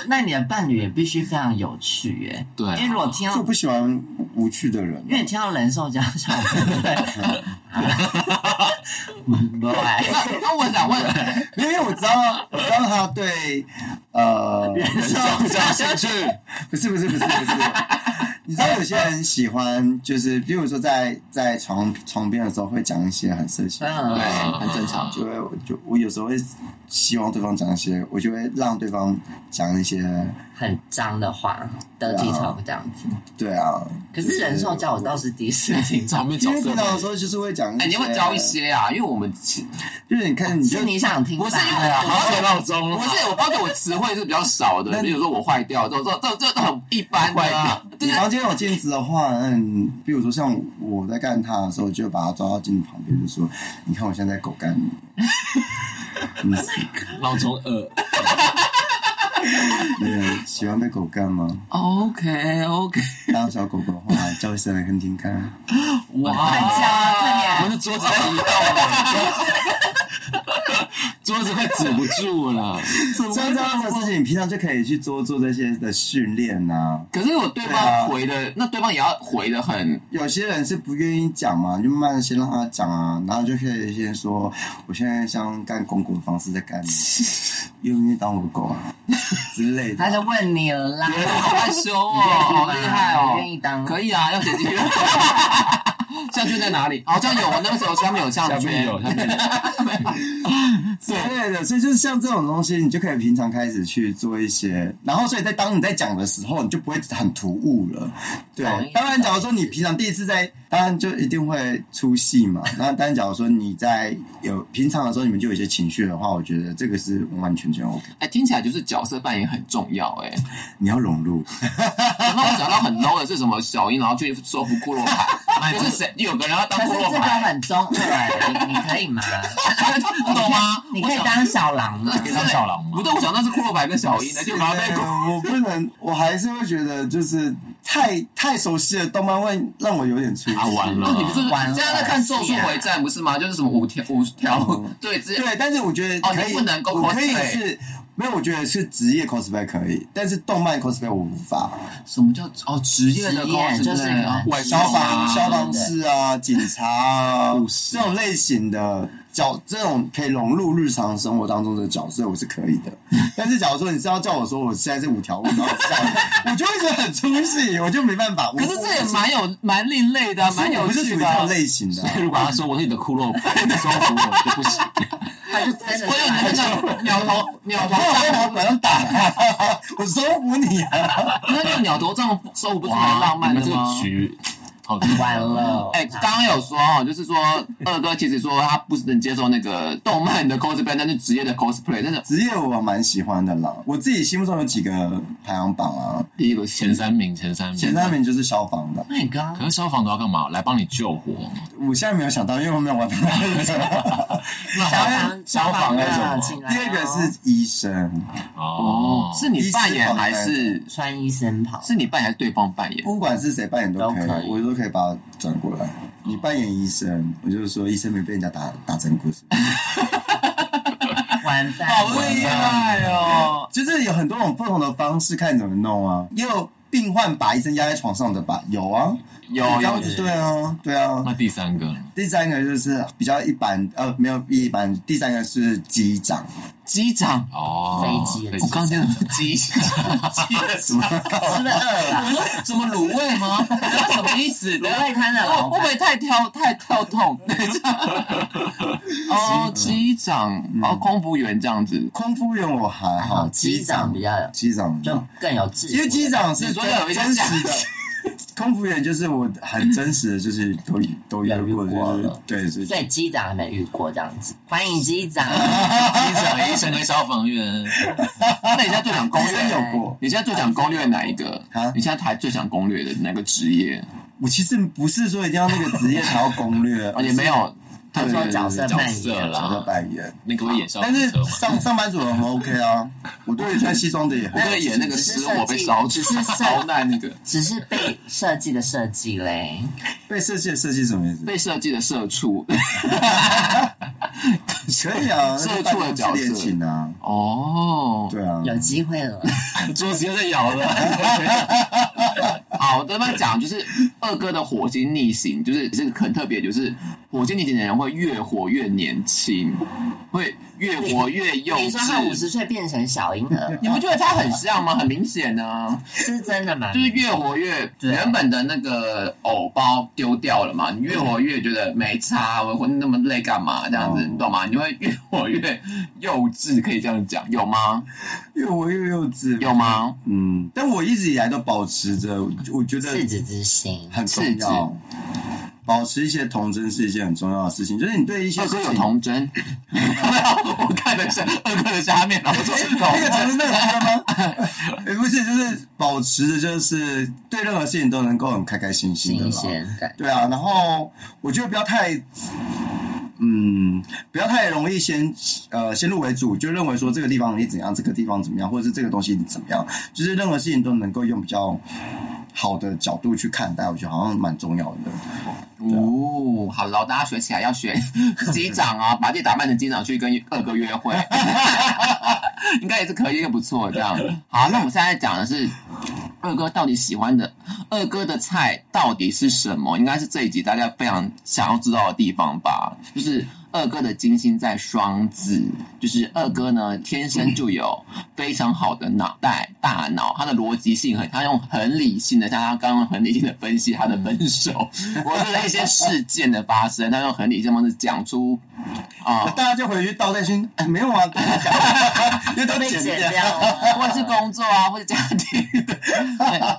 S1: 那你的伴侣也必须非常有趣耶，
S2: 对啊
S1: 因为如果听
S4: 就
S1: 到
S4: 我，不喜欢无趣的人啊、
S1: 因为你听到人兽 (laughs) 交响， (laughs) 对，来
S3: 那我想问，
S4: 没有因为我知道，我知道他对呃，
S1: 人兽交响曲，
S4: 不是不是不是不是，你知道有些人喜欢，就是比如说在在床床边的时候会讲一些很色情的话，
S1: 嗯，
S3: 很正常，
S4: 就会我就我有时候会希望对方讲一些，我就会让对方讲一些，
S1: 很脏的话，得
S3: 啊
S1: 体虫这样子。
S4: 对啊。
S1: 可是人兽交我倒是第一次听到，
S2: 场面
S4: 因
S2: 角
S4: 为
S2: 色
S4: 平常的时候就是会讲，
S3: 哎、你有没有教一，些啊？因为我们
S4: 就是你看你就是
S1: 你想听吧，
S3: 不是因为我发觉
S2: 哎闹钟啊
S3: 不是，我发觉我词汇是比较少的，比如说我坏掉，这这这这这很一般的、啊，对
S4: 你房间有镜子的话，嗯，比如说像我在干他的时候，就把他抓到镜子旁边，就说：“你看我现在在狗干你。
S2: 闹钟
S4: (laughs)
S2: 二，”
S4: 你有喜欢被狗干吗？
S3: OK OK，
S4: (laughs) 当小狗狗的话，叫一声来听听看。
S1: 快
S3: 哇，
S1: 教啊，快
S2: 我
S1: 点！
S2: 们的桌子啊在移动了， (laughs) 桌子快止不住了。
S4: 像这样的事情，你平常就可以去做做这些的训练啊呐。
S3: 可是我对
S2: 啊
S3: 方回的，那对方也要回的很，
S4: 有些人是不愿意讲嘛，你就慢慢先让他讲啊，然后就可以先说：“我现在像干公狗的方式在干
S1: (laughs)
S4: 你，愿不愿意当我的狗啊？”之类的
S1: 他。就问你了啦，
S2: 啊
S3: 好害羞哦，
S1: 你愿意吗
S3: 好厉害哦，
S1: 你愿意当
S3: 可以啊，要写进去。 (laughs) 项圈在哪里？好像有，我那个时候下面有项
S2: 下
S3: 圈，
S2: 面有，下面有，
S4: 之类的，所以就是像这种东西，你就可以平常开始去做一些，然后所以在当你在讲的时候，你就不会很突兀了。对
S1: 同意，
S4: 当然，假如说你平常第一次在，当然就一定会出戏嘛。那当然，假如说你在有平常的时候，你们就有一些情绪的话，我觉得这个是完完全全 OK。
S3: (laughs) 哎、听起来就是角色扮演很重要、哎。
S4: 你要融入，
S3: 然后我想到很 low 的是什么小樱，然后去收服库洛牌，就是谁有个人要当
S1: 可
S3: 库
S1: 是
S3: 洛
S1: 这个
S3: 牌，
S1: 很中二哎，你你可以吗？
S3: 你懂吗？
S1: 你可以
S3: 我想
S1: 当小狼吗？
S2: 可以当小狼吗
S3: 不对，我想那是库洛牌跟小樱的，就把它被
S4: 对哎我不能，我还是会觉得就是太太熟悉的动漫会让我有点出戏。
S2: 啊完了
S3: 你不是
S1: 玩
S3: 现在在看《咒术回战》不是吗？就是什么五条五条对之
S4: 对，但是我觉得
S3: 哦你
S4: 可以，
S3: 不能够
S4: 我可以
S3: cosplay
S4: 是没有，我觉得是职业 cosplay 可以，但是动漫 cosplay 我无法。
S3: 什么叫哦职业的
S1: 职业
S3: cos
S1: 就
S3: 对
S1: 是
S3: 不对
S1: 很
S3: 外
S4: 消
S3: 送
S4: 防、
S3: 啊
S4: 消防士啊、警察啊，这种类型的角，这种可以融入日常生活当中的角色，我是可以
S3: (laughs)
S4: 的。但是假如说你是要叫我说我现在是五条悟，然后我叫，我就会觉得很出戏，我就没办法。我
S3: 可是这也蛮有蛮另类的啊，蛮
S4: 我
S3: 有
S4: 不是属
S3: 趣
S4: 于
S3: 的
S4: 这种
S3: 啊。
S4: 类型的啊。
S2: 如果他说我是你的骷髅牌，你收服我就不行。
S1: 他就真的
S3: 我有
S1: 是
S3: 那个鸟头鸟头
S4: 我
S3: 丈
S4: 被
S3: 夫
S4: 老板打， (laughs) 我收服你啊！
S3: 那个鸟头丈夫收不是蛮浪漫
S2: 你
S3: 的
S2: 们这
S3: 吗
S2: 个？局好
S1: 完了，
S3: 哎，刚刚有说哦，就是说二哥其实说他不能接受那个动漫的 cosplay，但是职业的 cosplay，但是
S4: 职业我蛮喜欢的啦，我自己心目中有几个排行榜啊，
S3: 第一个
S2: (laughs) 前三名，前三名，
S4: 前三。名就是消防的。
S1: Oh ，My God！
S2: 可是消防都要干嘛？来帮你救火。
S4: 我现在没有想到，因为我没有玩到那个。
S1: 消防
S4: 消
S3: 啊
S4: 防那种
S1: 的
S4: 吗
S1: 进来哦，
S4: 第二个是医生，
S2: 哦，
S3: 是你扮演还是
S1: 穿医生袍，
S3: 是你扮演还是对方扮演？
S4: 不管是谁扮演都可以，
S1: 都可以
S4: 我都可以把它转过来。你扮演医生，我就说医生没被人家打打成故事，
S1: 完
S3: 哦
S1: 蛋，
S3: 害哦！
S4: 就是有很多种不同的方式看怎么弄啊。也有病患把医生压在床上的吧，有啊，
S3: 有
S4: 这样
S3: 有
S4: 子对啊，对啊。
S2: 那第三个
S4: 第三个就是比较一般，呃，没有一般。第三个是机长，
S3: 机长，
S2: 哦，
S1: 飞机的
S3: 我刚听的是机长，机的什么？
S1: 是不是饿了？
S3: 什么卤味 (laughs) 吗？什么意思？
S1: 卤味摊的
S3: 我
S1: 老
S3: 哦会不
S1: 板，
S3: 会太跳太跳痛？ (laughs) 等一下哦，机长，哦，空服员这样子。
S4: 空服员我还好，
S1: 机长比较有
S4: 机长
S1: 就更有智慧，
S4: 因为机长是
S3: 你说
S4: 真
S3: 有一个
S4: 真实
S3: 假
S4: (laughs) 的，空服员就是我很真实的，就是都都遇过，就是对是
S1: 所以机长还没遇过这样子，欢迎机
S4: (laughs)
S1: 长。
S2: 机长、医生跟消防员，
S3: 那你现在最想攻
S4: 真
S3: 略？
S4: 有过。
S3: 你现在最想攻略哪一个
S4: 啊？
S3: 你现在还最想攻略的哪个职业？
S4: 我其实不是说一定要那个职业才要攻略，
S3: 哦，也没有，
S1: 他说角色
S2: 角
S1: 扮
S2: 色
S1: 演，哦
S4: 角色
S2: 啦，
S4: 扮演，
S3: 哦
S2: 那个会演消防
S4: 但是
S2: 车吗？
S4: 上上班族很 OK 啊。我对于穿西装的也
S3: 我
S4: 很，
S3: 在演那个
S1: 只是
S3: 失
S1: 设计
S3: 火被烧去
S1: 只是设
S3: (laughs) 烧难那个
S1: 只是被设计的设计嘞。
S4: 被设计的设计是什么意思？
S3: 被设计的社畜。
S1: (laughs)
S4: 可以啊，
S3: 社
S4: 那
S3: 畜的
S4: 就办公室
S3: 角色
S4: 恋情啊，
S3: 哦，
S4: 对啊，
S1: 有机会
S4: (laughs)
S1: 了，
S2: 桌子又在摇了。
S3: (laughs) 好，我跟他讲，就是二哥的火星逆行，就是这个很特别，就是火星逆行的人会越活越年轻，会越活越幼
S1: 你说他五
S3: 稚。
S1: 十岁变成小婴儿，
S3: 你不觉得他很像吗？很明显啊，
S1: 是真的吗？
S3: 就是越活越
S1: 对
S4: 啊
S3: 原本的那个偶包丢掉了嘛，你越活越觉
S4: 嗯
S3: 得没差，我活那么累干嘛？这样
S4: 哦
S3: 子，你懂吗？你会越活越幼稚，可以这样讲，有吗？
S4: 越活越幼稚，
S3: 有？吗？
S4: 嗯，但我一直以来都保持着，我觉得
S1: 赤子之心，
S4: 很重
S3: 赤
S4: 要。保持一些童真是一件很重要的事情，就是你对一些
S3: 二哥
S4: 事
S3: 哦有
S4: 情
S3: 童真， (laughs) 我看的是二哥的下面，然后说童
S4: (laughs) 那个童真那个童真吗？ (laughs) 哎也不是，就是保持着就是对任何事情都能够很开开心心的
S1: 新
S4: 啦。
S1: 鲜感。
S4: 对啊，然后我觉得不要太，嗯，不要太容易先呃先入为主，就认为说这个地方你怎样，这个地方怎么样，或者是这个东西你怎么样，就是任何事情都能够用比较好的角度去看待，我觉得好像蛮重要的。
S3: 哦，好了，大家学起来要学机长啊，把自己打扮成机长去跟二哥约会，应该也是可以，应该不错。这样好，那我们现在讲的是二哥到底喜欢的，二哥的菜到底是什么？应该是这一集大家非常想要知道的地方吧，就是。二哥的金星在双子，就是二哥呢天生就有非常好的脑袋、大脑，他的逻辑性很，他用很理性的，像他刚刚很理性的分析他的分手，我者是一些事件的发生，他用很理性的方式讲出啊、
S4: 大家就回去倒带心，哎，没有啊，跟你讲 (laughs) 因为都
S1: 被
S4: 剪
S1: 剪
S4: 掉。
S1: 掉了，
S3: 哎或者是工作啊，或者家庭，对，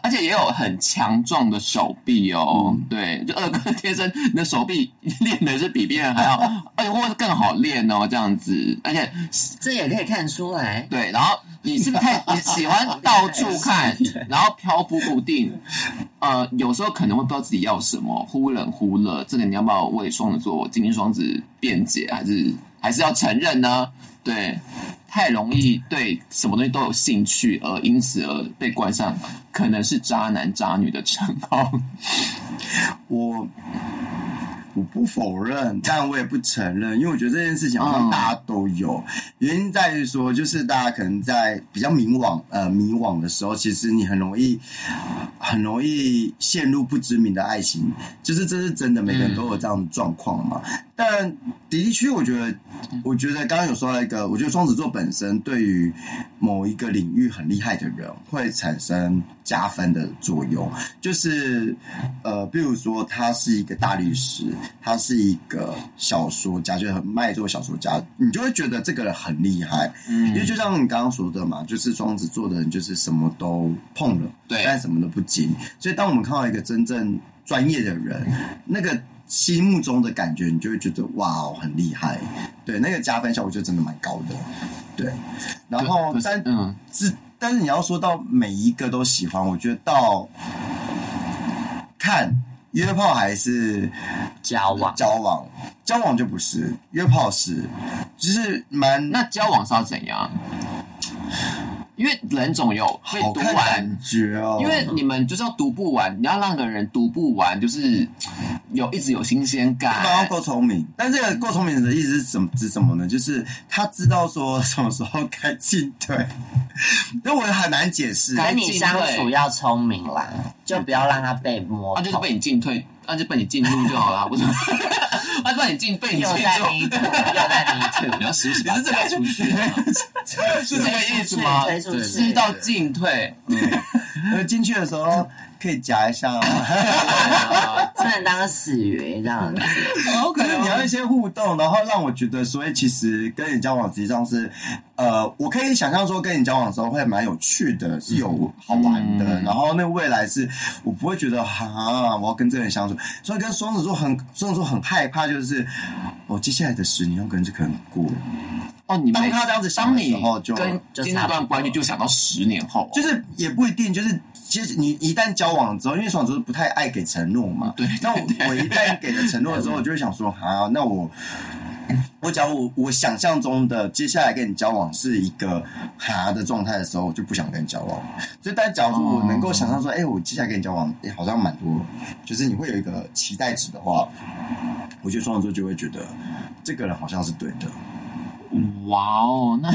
S3: 而且也有很强壮的手臂哦。对，就二哥天生你的手臂练的是比别人还要，而且或者更好练哦，这样子。而且
S1: 这也可以看出来。
S3: 对，然后你是不是
S4: (laughs)
S3: 太你喜欢到处看，然后漂浮不定？呃，有时候可能会不知道自己要什么，忽冷忽热。这个你要不要为双子座、金星双子辩解，还是还是要承认呢？对，太容易对什么东西都有兴趣，而因此而被冠上可能是渣男渣女的称号。
S4: 我我不否认，但我也不承认，因为我觉得这件事情好像大家都有。原因在于说，就是大家可能在比较迷惘呃迷惘的时候，其实你很容易很容易陷入不知名的爱情，就是这是真的，每个人都有这样的状况嘛。但的的确，我觉得，我觉得刚刚有说到一个，我觉得双子座本身对于某一个领域很厉害的人，会产生加分的作用。就是呃，比如说他是一个大律师，他是一个小说家，就是很卖座小说家，你就会觉得这个人很厉害。嗯，因为就像你刚刚说的嘛，就是双子座的人就是什么都碰了，
S3: 对
S4: 但什么都不精。所以当我们看到一个真正专业的人，那个。心目中的感觉，你就会觉得哇哦，很厉害，对，那个加分效果就真的蛮高的，对。然后
S3: 可，是
S4: 哦但
S3: 嗯，
S4: 是，但是你要说到每一个都喜欢，我觉得到看约炮还是
S1: 交往
S4: 交往，交往就不是，约炮是，就是蛮
S3: 那交往是要怎样？因为人总有会
S4: 好
S3: 读
S4: 看
S3: 完
S4: 感觉哦，
S3: 因为你们就是要读不完，你要让个人读不完，就是有一直有新鲜
S4: 对方要
S3: 感。
S4: 够聪明，但这个够聪明的意思是什么？指什么呢？就是他知道说什么时候该进 (laughs) 退，因为我很难解释。
S1: 跟你相处要聪明啦，就不要让他被摸
S4: 啊
S3: 那、
S1: 透。
S3: 就是被你进退，那、就被你进入就好了，不是？ (laughs) 那、就被你进，被你
S1: 又
S3: 进
S1: 在
S3: 入，
S1: 泥
S3: (laughs)
S1: 土，又在泥土，
S2: 你要时不时把它带出去啊，
S3: 是这个意思吗？
S1: 推出去推出去
S3: 是到进退，嗯
S4: 呃，进去的时候可以夹一下啊。
S1: 不能当死鱼这样子。
S4: 就是你要一些互动，然后让我觉得，所以其实跟你交往实际上是，呃，我可以想象说跟你交往的时候会蛮有趣的，是有好玩的，然后那未来是我不会觉得啊，我要跟这个人相处。所以跟双子座很，双子座很害怕，就是我、接下来的十年要跟这个人过。
S3: 哦，你
S4: 当
S3: 没
S4: 他这样子想
S3: 当
S4: 的时
S3: 你
S4: 候就
S3: 跟
S1: 就
S3: 跟
S1: 差
S3: 那
S1: 不
S3: 段关系就想到十年后，
S4: 就是也不一定，就是其实你一旦交往之后，因为双子座不太爱给承诺嘛，对。那我我一旦给了承诺之后，我就会想说，好，那我。我假如我我想象中的接下来跟你交往是一个哈的状态的时候，我就不想跟你交往。所以，但假如我能够想象说，哎、我接下来跟你交往，哎、好像蛮多，就是你会有一个期待值的话，我觉得双子座就会觉得这个人好像是对的。
S3: 哇哦，那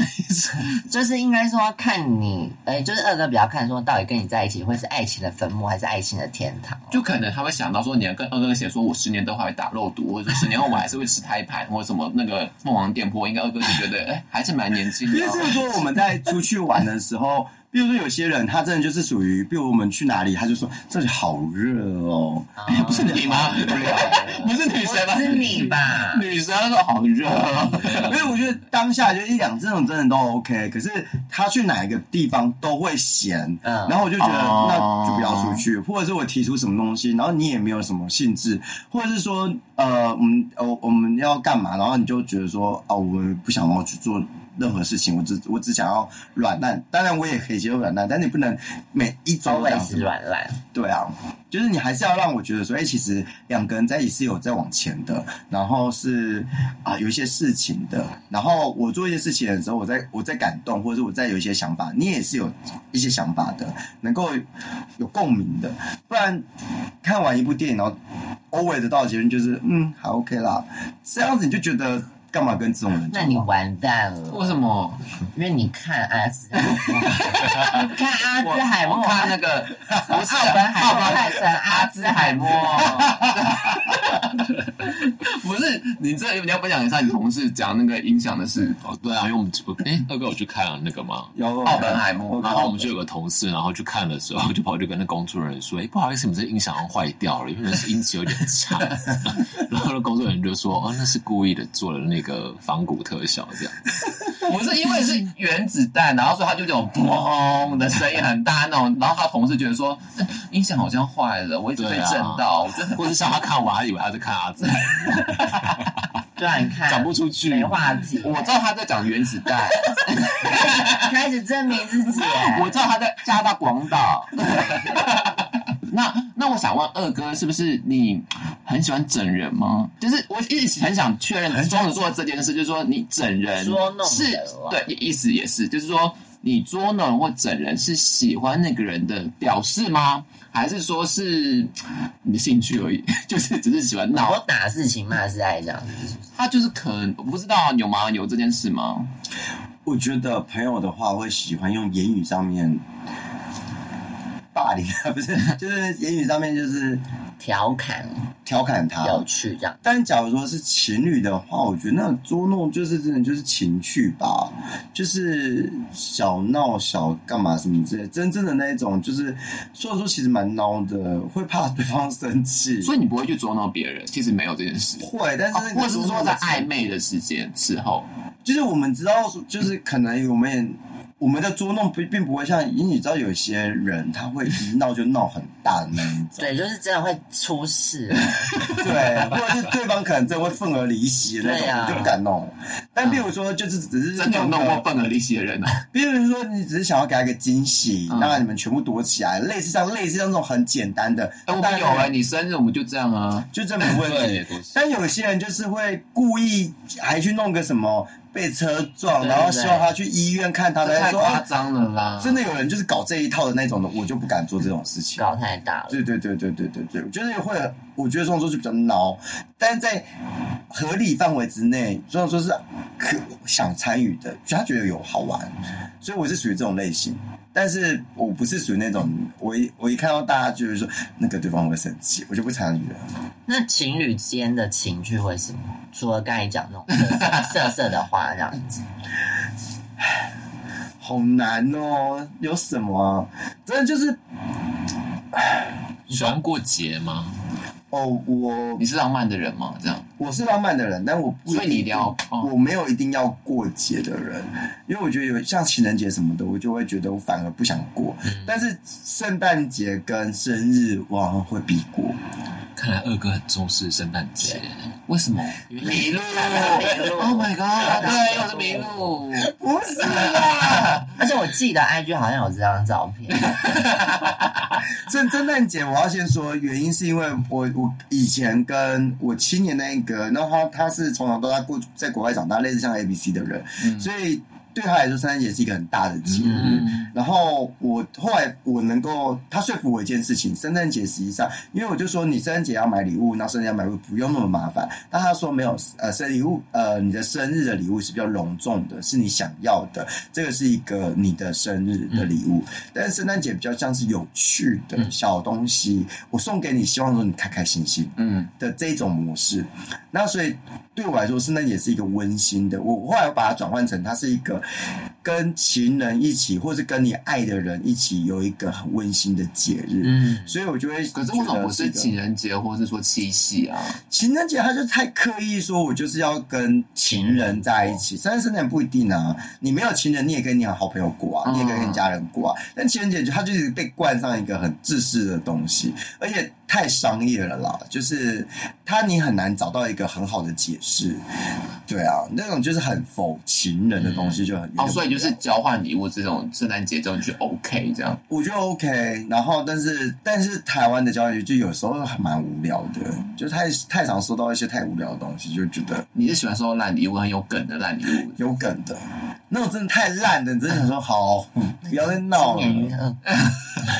S1: 就是应该说看你，哎、就是二哥比较看说到底跟你在一起会是爱情的坟墓还是爱情的天堂。
S3: 就可能他会想到说，你要跟二哥写说，我十年都还会打肉毒，或者说十年后我还是会吃胎盘，或者什么那个凤凰电波，应该二哥就觉得，哎、还是蛮年轻的
S4: 因为
S3: 哦、
S4: 比如说我们在出去玩的时候，比如说有些人他真的就是属于，比如我们去哪里，他就说这里好热哦， (laughs) 哎呀不是你吗？
S3: 不是女生吧？
S1: 是你吧？
S3: 女生她说好热哦、
S4: 因为我觉得当下就一两这种真的都 OK，可是他去哪一个地方都会嫌，
S1: 嗯
S4: 然后我就觉得
S3: 哦
S4: 那就不要出去，或者是我提出什么东西，然后你也没有什么兴致，或者是说呃，我们呃我们要干嘛，然后你就觉得说啊、我们不想要去做。任何事情，我只我只想要软烂，当然我也可以接受软烂，但你不能每一周都这样子
S1: always 软烂，
S4: 对啊，就是你还是要让我觉得说，哎、其实两个人在一起是有在往前的，然后是啊有一些事情的，然后我做一些事情的时候，我在我在感动，或者是我在有一些想法，你也是有一些想法的，能够有共鸣的，不然看完一部电影，然后 always 得到的结论就是，嗯，还 OK 啦，这样子你就觉得干嘛跟这种人交
S1: 那你
S4: 往？
S1: 完蛋了，
S3: 为什么？
S1: 因为你看阿兹，你看阿兹海
S3: 我
S1: 默，
S3: 看那个不是
S1: 奥本海默泰森阿兹海默，
S3: 不是，你这你要分享一下你同事讲那个音响的事，
S2: 哦，对啊，因为我们我哎、二哥我去看那个嘛，
S4: 有
S3: 奥
S1: 啊
S3: 本海默
S2: 然后我们就有个同事，然后去看的时候，就跑去跟那工作人员说：“哎、不好意思，我们这音响好像坏掉了，因为那是音质有点 (laughs) 差。”然后那工作人员就说：“哦，那是故意的，做了那个仿古特效这样。
S3: (laughs) 不是因为是原子弹，然后所以他就这种砰的声音很大那种，然后他同事觉得说嗯音响好像坏了，我一直被
S2: 对啊
S3: 震到，我真的”
S2: 或是像他看完，他以为他在看阿仔，
S1: 对啊，你看
S2: 讲不出去。
S1: 没话题，
S3: 我知道他在讲原子
S2: (laughs)
S3: 弹，
S1: 开始证明自己，
S3: 我知道他在加拿大广岛。 (laughs) 那那我想问二哥，是不是你很喜欢整人吗？就是我一直很想确认双子座这件事，就是说你整人
S1: 捉弄人
S3: 是
S1: 啊
S3: 对意思也是，就是说你捉弄或整人是喜欢那个人的表示吗？还是说是你的兴趣而已， (laughs) 就是只是喜欢
S1: 我
S3: 闹？
S1: 打是情骂是爱这样子，
S3: 他就是可能我不知道啊有吗？有这件事吗？
S4: 我觉得朋友的话会喜欢用言语上面霸凌， (laughs) 不是，就是言语上面就是
S1: 调侃
S4: 调侃他。
S1: 有趣这样。
S4: 但假如说是情侣的话，我觉得那捉弄就是真的就是情趣吧，就是小闹小干嘛什么之类，真正的那一种就是，虽然说其实蛮孬的，会怕对方生气，
S3: 所以你不会去捉弄别人，其实没有这件事。
S4: 会，但是那
S3: 哦或
S4: 个
S3: 者是
S4: 捉弄
S3: 说
S4: 的
S3: 在
S4: 程
S3: 暧昧的时间时候，
S4: 就是我们知道说，就是可能我们也我们的捉弄并并不会像，因为你知道有些人他会一闹就闹很大的那一
S3: (laughs)
S4: 种，
S1: 对，就是真的会出事，
S3: 啊
S4: 对，或者是对方可能真的会愤而离席的那种，
S1: 对啊
S4: 你就不敢弄。但比如说，就是只是
S3: 真的有
S4: 弄
S3: 弄过
S4: 个，
S3: 笨而离席的人啊呢、
S4: (laughs) 比如说你只是想要给他一个惊喜，
S3: 嗯
S4: 让你们全部躲起来，类似像类似像这种很简单的，
S3: 哎，我
S4: 当
S3: 们
S4: 然
S3: 有哎、你生日我们就这样啊。
S4: 就这没问
S2: 对
S4: 题
S2: 都是。
S4: 但有些人就是会故意还去弄个什么被车撞，
S1: 对
S4: 然后
S1: 对
S4: 希望他去医院看他，
S3: 这
S4: 然后
S3: 太
S4: 说
S3: 夸
S4: 啊
S3: 张了啦！
S4: 真的有人就是搞这一套的那种的，我就不敢做这种事情。
S1: 搞太大了。
S4: 对对对对对对对，我觉得会，我觉得双说是比较孬，但是在合理范围之内，双说是可想参与的，就他觉得有好玩，所以我是属于这种类型。但是我不是属于那种，我一我一看到大家就是说那个对方会生气，我就不参与了。
S1: 那情侣间的情趣会是什么？除了刚才讲那种色色色色的话这样子，
S4: 好难哦，有什么啊？真的就是
S2: 你喜欢过节吗？
S4: 哦，我
S3: 你是浪漫的人吗？这样，
S4: 我是浪漫的人，但我不一定
S3: 所以你一定要哦
S4: 我没有一定要过节的人，因为我觉得有像情人节什么的，我就会觉得我反而不想过。
S3: 嗯
S4: 但是圣诞节跟生日，我好像会必过。
S2: 看来二哥很重视圣诞节，
S3: 为什么？
S1: 迷路，Oh my god！对，又是迷路，
S4: 不是啦，
S1: 而且我记得 IG 好像有这张照片，
S4: 圣圣诞节我要先说，原因是因为我我以前跟我七年那一个，然后他他是从小到大过在国外长大，类似像 A B C 的人，所以对他来说圣诞节是一个很大的节日。然后我后来我能够他说服我一件事情，圣诞节实际上，因为我就说你圣诞节要买礼物，那圣诞节要买礼物不用那么麻烦，但他说没有，呃，生日礼物，呃，你的生日的礼物是比较隆重的，是你想要的，这个是一个你的生日的礼物，但是圣诞节比较像是有趣
S3: 嗯
S4: 的小东西，我送给你，希望说你开开心心，
S3: 嗯，
S4: 的这种模式。那所以对我来说，圣诞节是一个温馨的。我我后来把它转换成，它是一个跟情人一起，或是跟你爱的人一起，有一个很温馨的节日。嗯，所以我就会
S3: 可是
S4: 觉
S3: 为什么
S4: 得
S3: 不
S4: 一
S3: 是
S4: 个
S3: 情人节或是说七夕啊？
S4: 情人节，他就太刻意说，我就是要跟情人在一
S3: 哦
S4: 起。但是圣诞不一定啊，你没有情人，你也跟你好朋友
S3: 哦
S4: 过啊，你也可以跟家人过啊。但情人节就他就是被冠上一个很自私的东西，而且太商业了啦，就是他你很难找到一个很好的解释。对啊，那种就是很否情人的东西就很
S3: 哦，所以就是交换礼物这种圣诞节这种就 OK 这样。
S4: 我觉得 OK，然后但是但是台湾的教育就有时候还蛮无聊的，就太太常收到一些太无聊的东西，就觉得
S3: 你是喜欢收到烂礼物，很有梗的烂礼物。
S4: 有梗的，那种真的太烂的，你真的想说好，不要再闹
S1: 今
S4: 了。
S1: 年约呃二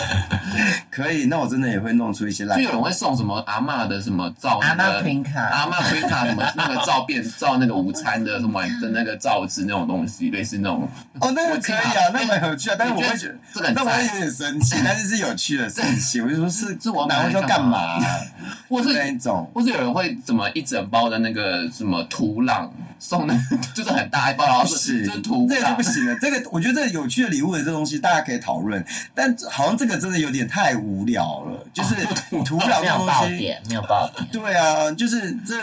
S4: 可以，那我真的也会弄出一些烂
S3: 就。有人会送什么阿嬷的什么照
S1: 阿
S3: 那
S1: 妈
S3: 个
S1: Queen 卡，
S3: 阿嬷推卡什么那个照片照那个午餐的什么的那个照纸那种东西，类似那种。
S4: 哦，那个可以啊，那蛮有趣啊，但是我会觉得
S3: 这个很
S4: 那我会
S3: 赞
S4: 有点生气，但是是有趣的生气。我就说是
S3: 这我
S4: 哪会
S3: 买来
S4: 要干
S3: 干
S4: 嘛
S3: 嘛 (laughs)
S4: 啊？
S3: 或是
S4: 那一种
S3: 或是有人会怎么一整包的那个什么土壤送的，就是很大一包，然后
S4: 不
S3: 哦是
S4: 行，
S3: 就是啊土
S4: 这个就不
S3: 壤。
S4: 行了。这个我觉得这个有趣的礼物的这东西，大家可以讨论，但好像这个真的有点太无聊了，就是土壤
S1: 没
S4: 这
S1: 有爆
S4: 东西。
S1: 点，没有爆点。
S4: 对啊，就是这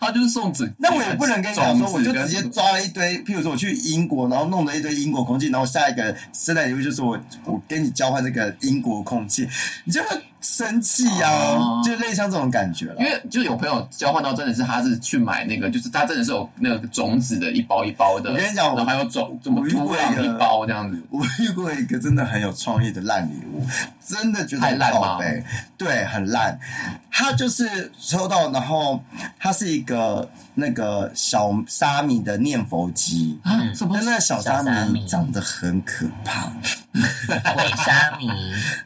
S3: 他就是送纸，
S4: 那我也不能跟你讲说，我
S3: 种子
S4: 就
S3: 跟
S4: 直接
S3: 什么
S4: 抓了一堆，譬如说我去英国，然后弄了一堆英国空气，然后下一个圣诞礼物就是我我跟你交换这个英国空气，你就会生气呀、
S3: 哦
S4: 就类似像这种感觉了
S3: 因。为就有朋友交换到真的是他是去买那个，就是他真的是有那个种子的一包一包的，
S4: 我跟你讲我
S3: 然后还有种怎么
S4: 我遇
S3: 土
S4: 过一
S3: 壤
S4: 个
S3: 一包这样子，
S4: 我遇过一个真的很有创意的烂礼物，真的觉得
S3: 太烂吗
S4: 宝贝，对，很烂。他就是收到，然后它是一个那个小沙弥的念佛机，
S3: 啊什么
S4: 但那个小沙
S1: 小沙
S4: 弥
S1: 弥
S4: 长得很可怕。
S1: 鬼杀迷，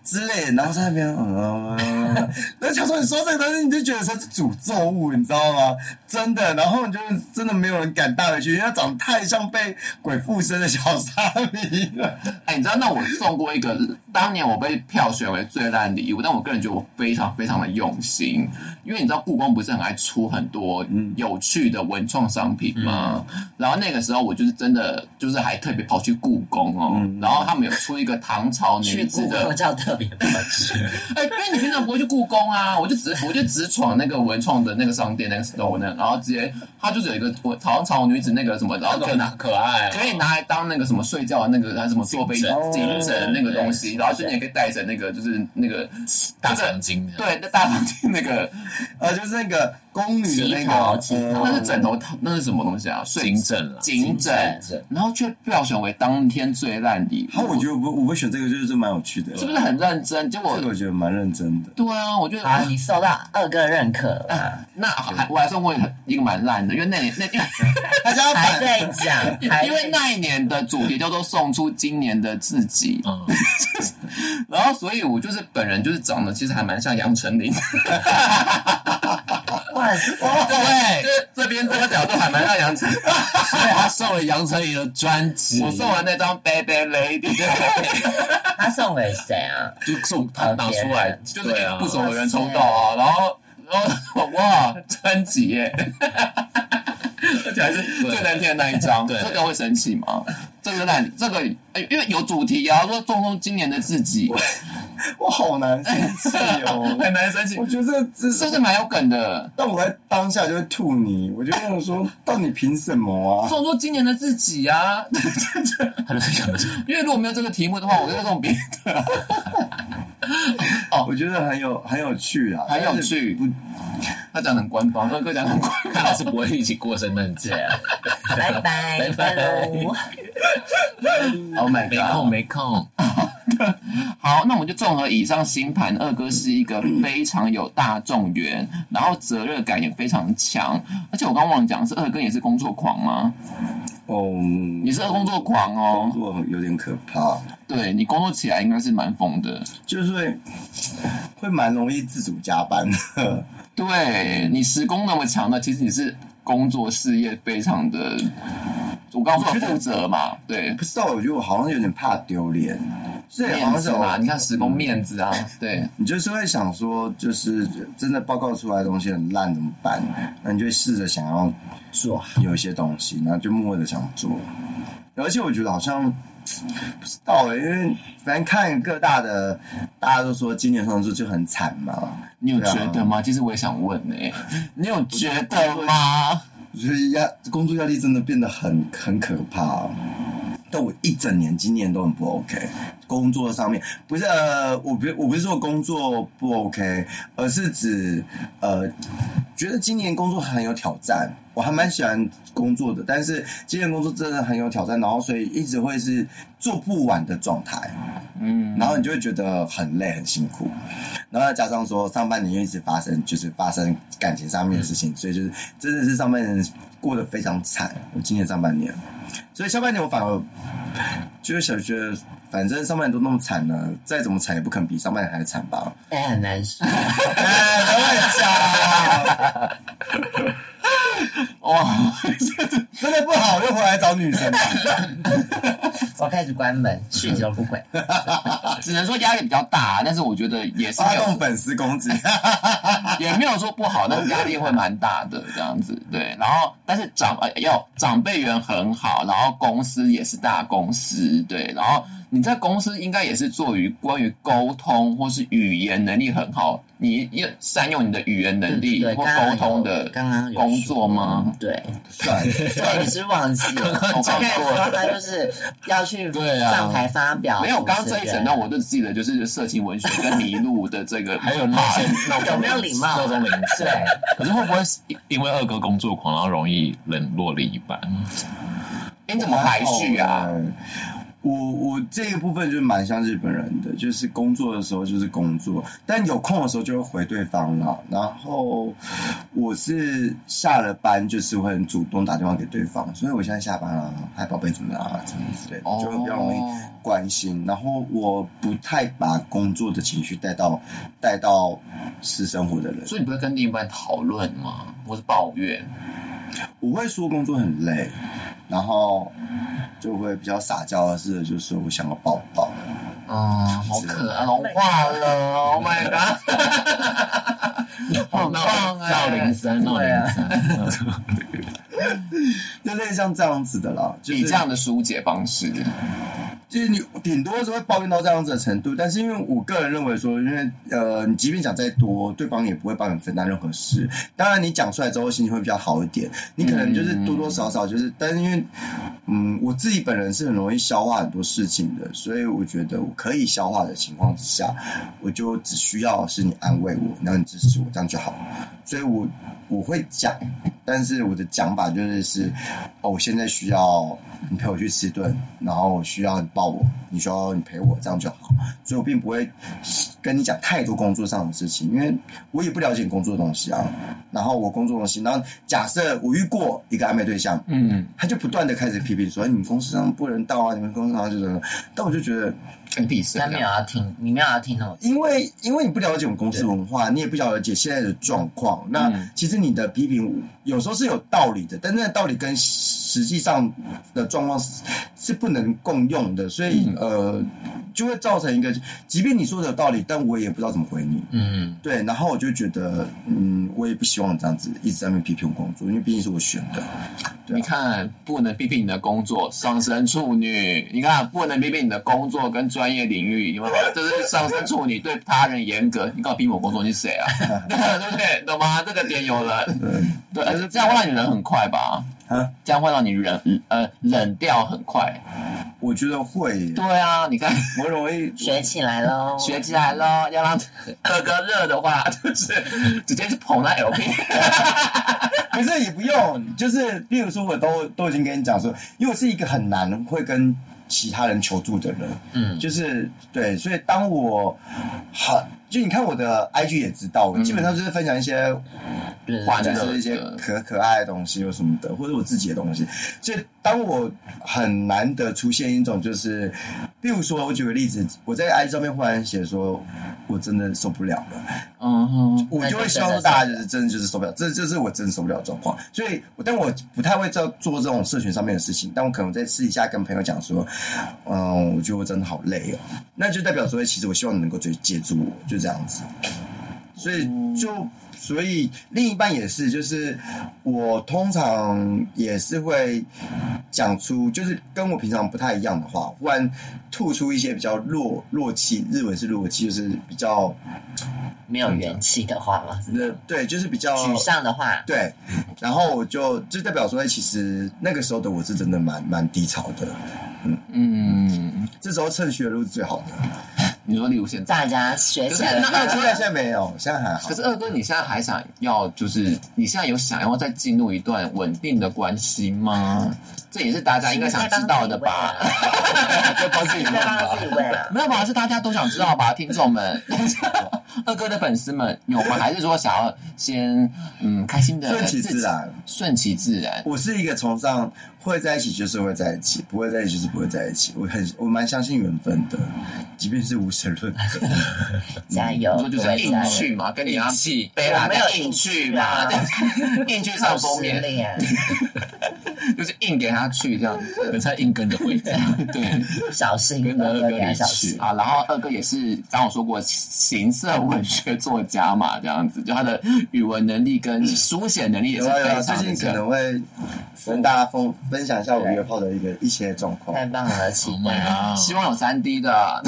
S4: 之类的，然后在那边，嗯，嗯 (laughs) 那小时候你说这个东西，你就觉得它是诅咒物，你知道吗？真的，然后你就真的没有人敢带回去，因为它长得太像被鬼附身的小沙弥了。 (laughs)
S3: 哎、你知道，那我送过一个，当年我被票选为最烂礼物，但我个人觉得我非常非常的用心，因为你知道故宫不是很爱出很多有趣的文创商品吗？然后那个时候我就是真的就是还特别跑去故宫哦，然后他们有出一个唐朝女
S1: 去
S3: 子
S1: 顾客
S3: 的，
S1: 叫特别不好吃，
S3: 哎、因为你平常不会去故宫啊，我就直我就直闯那个文创的那个商店那个 store 呢，然后直接他就是有一个我唐朝女子那个什么，然后就拿
S8: 可爱
S3: 可以拿来当那个什么睡觉的那个，还是什么坐飞机
S4: 哦
S3: 颈枕那个东西，然后就你也可以带着那个，就是那个
S2: 大啊长今的，
S3: 对，那大堂厅那个，
S4: 呃，就是那个宫女的那
S1: 旗袍
S4: 个，
S1: 旗袍
S3: 那
S4: 嗯
S3: 是枕头套，那是什么东西啊？睡
S2: 金枕了，
S3: 颈枕，然后却票选为当天最烂礼物。
S4: 然后啊我觉得我我会选这个，就是蛮有趣的，
S3: 是不是很认真？结果
S4: 这个我觉得蛮认真的。
S3: 对啊，我觉得
S1: 好，你受到二哥认可了，
S3: 那还我还送过一个蛮烂的，因为那年那因为。
S4: 大家要
S1: 还
S4: 反
S1: 在讲，还
S3: 因为那一年的主题叫做送出今年的自己，
S2: (laughs) 嗯
S3: 然后所以我就是本人就是长得其实还蛮像杨丞琳，
S1: 哇塞，
S3: (laughs) 对，就是这边这个角度还蛮像杨丞琳。
S8: (laughs) 所以他送了杨丞琳的专辑，
S3: 我送完那张《Baby Lady》， (laughs)
S1: 他送给谁啊？
S2: 就送他
S1: 啊
S2: 拿出
S1: 别
S2: 来
S1: 人，
S3: 就是
S2: 对啊
S3: 不熟的人抽到啊，然后然后哇，专辑耶，而且起来是最难听的那一张，这个会生气吗？这个烂，这个哎因为有主题啊，说纵容今年的自己，
S4: 我好难生气
S3: 很
S4: 哦。
S3: 难生气
S4: (laughs) 我，觉得这这
S3: 这
S4: 是，
S3: 是蛮有梗的。
S4: 但我在当下就会吐你，我就跟我说，到底凭什么啊？
S3: 纵容今年的自己啊，
S2: (laughs) 他就是想说
S3: 因为如果没有这个题目的话，我就会送别的。
S4: 我觉得很有很有趣啊，
S3: 很有趣
S4: 但是
S3: 他讲得很官方，二哥讲得很官方。
S2: 他是不 (laughs) 会一起过圣诞节啊，
S1: 拜拜，拜喽。
S3: (laughs) Oh my
S2: 没
S3: god！
S2: 空没空。
S3: 好，那我们就综合以上星盘，二哥是一个非常有大众缘，然后责任感也非常强，而且我刚忘了讲，是二哥也是工作狂吗？
S4: 哦，
S3: 你是工作狂
S4: 工
S3: 哦，
S4: 作有点可怕，
S3: 对你工作起来应该是蛮疯的。
S4: 就是会会蛮容易自主加班
S3: 嗯
S4: 的。
S3: 对你时工那么强的，其实你是工作事业非常的，我刚刚说负责嘛，对
S4: 不。知道，我觉得我好像有点怕丢脸，这好
S3: 面
S4: 像是
S3: 子
S4: 哦嗯有
S3: 嘛，你看时工面子啊，
S4: (laughs)
S3: 对，
S4: 你就是会想说，就是真的报告出来的东西很烂怎么办？那你就会试着想要做好有一些东西，然后就默默的想做。而且我觉得好像不知道欸，因为反正看各大的，大家都说今年双子就很惨嘛，
S3: 你有
S4: 对啊
S3: 觉得吗？其实我也想问
S4: (laughs)
S3: 呢、你有觉得吗？
S4: 所以压工作压力真的变得很很可怕、哦但我一整年今年都很不 OK，工作上面不是呃，我不我不是说工作不 OK，而是指呃，觉得今年工作很有挑战，我还蛮喜欢工作的，但是今年工作真的很有挑战，然后所以一直会是做不完的状态，嗯，然后你就会觉得很累很辛苦，然后再加上说上半年一直发生就是发生感情上面的事情，所以就是真的是上半年过得非常惨。我今年上半年，所以下半年我反而就是想觉得，反正上半年都那么惨了，再怎么惨也不肯比上半年还惨吧。
S1: 哎，很难说。
S3: 哇，
S4: 真的不好又回来找女生了，
S1: 我开始关门，去就不回。
S3: 只能说压力比较大，但是我觉得也是
S4: 发
S3: 没有
S4: 动粉丝攻击。
S3: 也没有说不好，但是压力会蛮大的这样子。对，然后但是长呃要长辈缘很好，然后公司也是大公司，对，然后你在公司应该也是做于关于沟通或是语言能力很好，你要善用你的语言能力
S1: 嗯对，
S3: 或
S1: 刚刚有
S3: 沟通的
S1: 刚刚有说
S3: 工作吗？ (laughs)
S1: 对，
S4: 帅，
S1: 对，你是忘记了。我刚才说他就是要去
S3: 对啊
S1: 上台发表主
S3: 没
S1: 持人，
S3: 有，刚刚这一整段我就记得就是色情文学跟迷路的这
S1: (laughs)
S3: 个
S2: 还有那些闹钟
S1: 有没有礼貌啊
S2: 闹钟铃声。
S1: 对，
S3: (laughs)
S2: 可是会不会是因为二哥工作狂，然后容易冷落另一半？
S3: 哎你怎么排序啊？
S4: 嗯？我我这个部分就蛮像日本人的，就是工作的时候就是工作，但有空的时候就会回对方了。然后我是下了班就是会很主动打电话给对方，所以我现在下班了，嗨宝贝怎么啦，怎么之类的，
S3: 哦
S4: 就会比较容易关心。然后我不太把工作的情绪带到带到私生活的人，
S3: 所以你不会跟另一半讨论吗？或是抱怨？
S4: 我会说工作很累，然后就会比较撒娇的是，就是说我想要抱抱。
S3: 嗯，好可爱，融化了，Oh my
S1: (laughs)
S3: god！好棒啊哎！
S2: 闹铃声，闹铃
S1: 啊
S2: 声。
S4: 就类似像这样子的啦，就是
S3: 你这样的疏解方式，
S4: 就是你顶多是会抱怨到这样子的程度，但是因为我个人认为说，因为呃，你即便讲再多，对方也不会帮你分担任何事。当然，你讲出来之后心情会比较好一点，你可能就是多多少少就是，但是因为嗯，我自己本人是很容易消化很多事情的，所以我觉得我可以消化的情况之下，我就只需要是你安慰我，然后你支持我，这样就好。所以我我会讲，但是我的讲法就是是，哦，我现在需要你陪我去吃顿，然后我需要你抱我，你需要你陪我，这样就好。所以我并不会跟你讲太多工作上的事情，因为我也不了解你工作的东西啊。然后我工作的东西，然后假设我遇过一个暧昧对象，
S3: 嗯，
S4: 他就不断的开始批评说，哎你们公司上不人道啊，你们公司上就是，但我就觉得。
S3: 跟屁事
S1: 他没有要听，你没有要听哦那种。
S4: 因为因为你不了解我们公司文化，你也不了解现在的状况。那其实你的批评有时候是有道理的，但那个道理跟实际上的状况是是不能共用的。所以、呃，就会造成一个，即便你说的有道理，但我也不知道怎么回你。
S2: 嗯，
S4: 对，然后我就觉得，嗯，我也不希望这样子一直在那边批评我工作，因为毕竟是我选的。
S3: 你看，不能批评你的工作，上升处女。你看，不能批评你的工作跟专业领域，因为这是上升处女对他人严格。你搞批评我工作，你是谁啊？对不对？懂吗？这个点有了。对，而且这样会让你人很快吧？
S4: 啊，
S3: 这样会让你人呃冷掉很快。
S4: 我觉得会，
S3: 对啊，你看
S4: 我容易
S9: 学起来喽，
S3: (laughs) 学起来喽，要让二哥热的话，就是直接去捧那 LP。
S4: 不是也不用，就是例如说，我都都已经跟你讲说，因为我是一个很难会跟其他人求助的人，嗯，就是对，所以当我很就你看我的 IG 也知道，我基本上就是分享一些
S9: 对
S3: 欢
S4: 就
S3: 乐
S4: 是一些
S3: 的
S4: 可可爱的东西或什么的，或者我自己的东西。所以当我很难得出现一种就是，例如说，我举个例子，我在 IG 上面忽然写说，我真的受不了了，
S3: 嗯哼，
S4: 我
S9: 哎
S4: 就会希望大家就是真的就是受不了，这这是我真的受不了的状况。所以，但我不太会做做这种社群上面的事情，但我可能在私底下跟朋友讲说，嗯，我觉得我真的好累哦，那就代表说，其实我希望你能够接接住我，就这样子。所以就所以另一半也是，就是我通常也是会讲出，就是跟我平常不太一样的话，忽然吐出一些比较弱弱气，日文是弱气，就是比较
S9: 没
S3: 嗯
S9: 有元气的话嘛，是不是
S4: 呃对，就是比较
S9: 沮丧的话，
S4: 对，然后我就就代表说，哎其实那个时候的我是真的蛮蛮低潮的，
S3: 嗯，
S4: 这时候趁虚而入是最好
S3: (laughs)
S4: 的。
S3: 你说例如现在。
S9: 大家学起来
S3: 可是那
S4: 但现在现在没有，现在还好
S3: 可。是二哥，你现在还想要，就是你现在有想要再进入一段稳定的关系吗？这也是大家应该想知道的吧？ (laughs)
S9: 在帮自己问啊，在帮自己问啊。
S3: 没有吧？是大家都想知道吧，听众们， (laughs) 二哥的粉丝们有吗？还是说想要先嗯开心的
S4: 顺其自然，
S3: 顺其自然？
S4: 我是一个崇尚会在一起就是会在一起，不会在一起就是不会在一起。我很我蛮相信缘分的，即便是无神论者。
S9: 加油！
S3: 说就是
S9: 对
S3: 硬去嘛，跟你要
S2: 气
S9: 加
S3: 贝
S9: 油
S3: 拉
S9: 我没有
S3: 的硬去嘛，硬去
S9: 好
S3: 上封
S9: 失
S3: 面，
S9: 恋，
S3: 就是硬给他去这样子。
S2: 等下硬跟着回家。
S3: (laughs) 对。
S9: 小心
S2: 跟着二哥
S9: 有点
S2: 一起
S9: 小心。
S3: 啊，然后二哥也是刚我说过形色文学作家嘛，这样子，就他的语文能力跟书写能 (laughs) 力也
S4: 有
S3: 是
S4: 啊有啊，
S3: 非
S4: 最
S3: 常的
S4: 近可
S3: 强。
S4: 能会跟大家分分享一下我约炮的一个一些状
S3: (laughs)
S4: 况。
S9: 太棒了，期
S2: Oh
S9: 待。
S2: my god！
S3: 希望有三 D 的，啊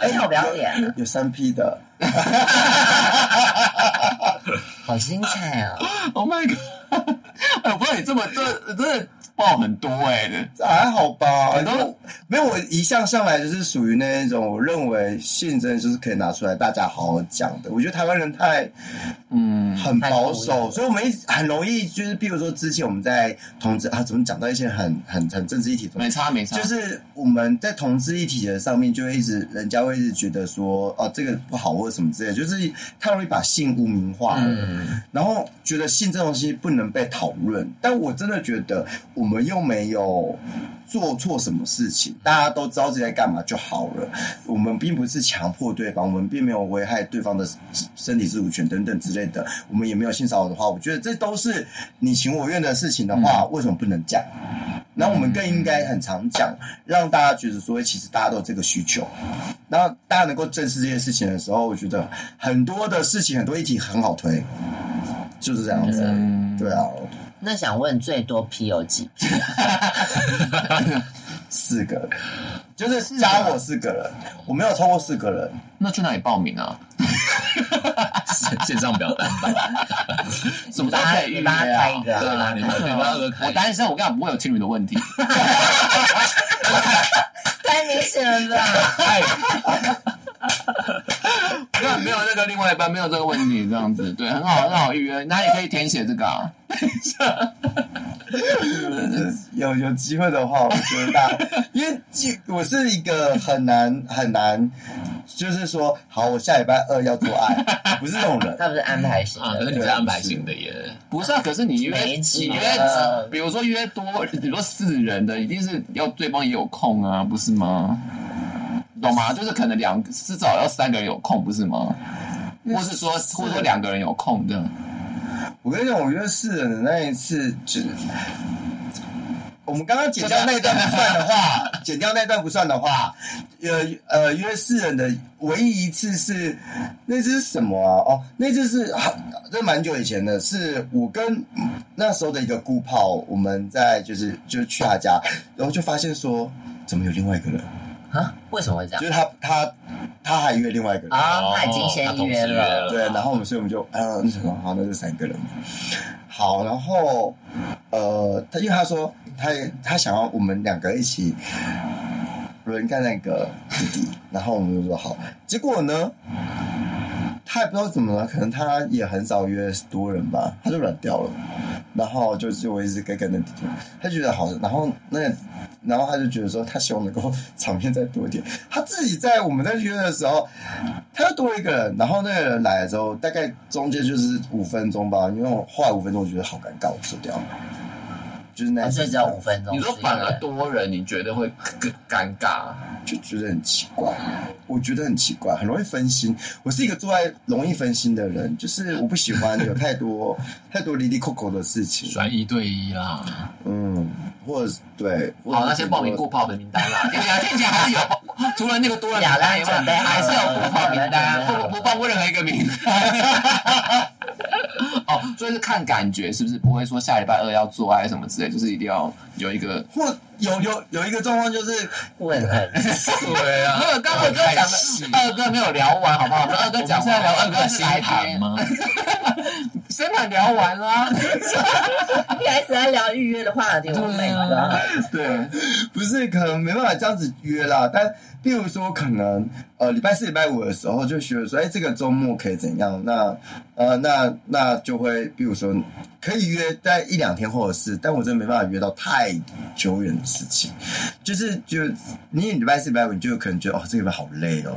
S9: 哎，好不要脸，
S4: 有三 P 的，
S9: 好精彩哦！
S3: (laughs) Oh my god！哎，我不知道你这么这真的爆很多哎、
S4: 还好吧？
S3: 很多
S4: 没有，我一向上来就是属于那一种，我认为性真的就是可以拿出来大家好好讲的。我觉得台湾人太
S3: 嗯，
S4: 很保
S9: 太保
S4: 守，所以我们一很容易就是，譬如说之前我们在同志啊，怎么讲到一些很很很政治议题的东
S3: 没
S4: 西。
S3: 差没差，
S4: 就是我们在同志议题的上面，就会一直人家会一直觉得说，哦、这个不好或者什么之类的，就是太容易把性污名化了。然后觉得性这种东西不能被讨论，但我真的觉得我们又没有做错什么事情，大家都知道自己在干嘛就好了。我们并不是强迫对方，我们并没有危害对方的身体自主权等等之类的，我们也没有性骚扰的话，我觉得这都是你情我愿的事情的话，为什么不能讲？那我们更应该很常讲，让大家觉得说，哎其实大家都有这个需求。然后大家能够正视这件事情的时候，我觉得很多的事情、很多议题很好推，就是这样子。对啊，
S9: 那想问最多 P 有几？
S4: 四个，就是加我四个啊人，我没有超过四个人。
S3: 那去哪里报名啊？
S2: 线上表单吧，
S3: (laughs) 什么时候可以预
S9: 你
S3: 约
S9: 帮他开
S3: 啊
S9: 一？个
S2: 对
S9: 啊，
S2: 啊，你们你们二哥
S3: 我
S2: 开，
S3: 单身，我跟你讲不会有情侣的问题。
S9: 太明显了吧？
S3: 没有没有那个另外一半没有这个问题，这样子对，很好很好预约，那你可以填写这个啊。
S4: 有有机会的话，我觉得大家， (laughs) 因为基我是一个很难很难，就是说，好，我下礼拜二要做爱，不是这 (laughs) 种人。
S9: 他不是安排型
S2: 啊，可
S9: 的，
S2: 是你是安排型的耶，
S3: 不是啊，可是你约
S9: 每一集
S3: 你约
S9: 呃，
S3: 比如说约多，比如说四人的，一定是要对方也有空啊，不是吗？懂吗？就是可能两至少要三个人有空，不是吗？或是说，或者说两个人有空这样。
S4: 我跟你讲，我觉得四人的那一次，就是我们刚刚剪掉那段不算的话，剪掉那段不算的话， (laughs) 呃呃，约四人的唯一一次是那次是什么啊？哦，那次是啊这蛮久以前的，是我跟那时候的一个顾炮，我们在就是就是去他家，然后就发现说怎么有另外一个人，
S9: 啊？为什么会这
S4: 就
S9: 样
S4: 是他他他还约另外一个人，
S9: 啊？他已经先预约了，
S4: 对，然后我们所以我们就啊，那什么好，那就三个人嘛。好，然后呃，他因为他说他他想要我们两个一起轮干那个弟弟，然后我们就说好。结果呢，他也不知道怎么了，可能他也很少约多人吧，他就软掉了。然后就就我一直跟跟那弟弟，他觉得好，然后那个然后他就觉得说他希望能够场面再多一点。他自己在我们在约的时候，他又多一个人，然后那个人来了之后，大概中间就是五分钟吧，因为我后来五分钟我觉得好尴尬，我收掉了。就是那一
S9: 啊
S4: 次
S9: 所以只有五分钟。
S3: 你说
S9: 是一个
S3: 反而
S9: 人
S3: 多人，你觉得会更尴尬？
S4: 就觉得很奇怪，我觉得很奇怪，很容易分心。我是一个做爱容易分心的人，就是我不喜欢有
S3: (laughs)
S4: 太多太多离离扣扣的事情，
S2: 转一对一啦，
S4: 嗯，或者是对，
S3: 好，那先报名
S4: 过。
S3: 过炮的名单啦。听起来听起来还是有，除了那个多人名单以外，还是有过炮名单，不不放过任何一个名单。哦，所以是看感觉，是不是不会说下礼拜二要做爱什么之类，就是一定要有一个。
S4: 或有有有一个状况就是，
S9: 问 (laughs) 很
S3: 对啊，没有，刚刚二哥讲的，二哥没有聊完，好不好？我们二哥讲完，聊二哥是
S2: 星
S3: 来
S2: 盘
S3: 宾，
S2: 吗？
S3: 深谈聊完啦。
S9: 一开始在聊预约的话题，我每个
S3: 对，
S4: (laughs) 不是可能没办法这样子约啦。但比如说，可能呃礼拜四、礼拜五的时候就学说，哎，这个周末可以怎样？那呃，那那就会，比如说可以约在一两天后的事，但我真的没办法约到太久远的事情。就是就你礼拜四、礼拜五，你就有可能觉得哦，这个礼拜好累哦，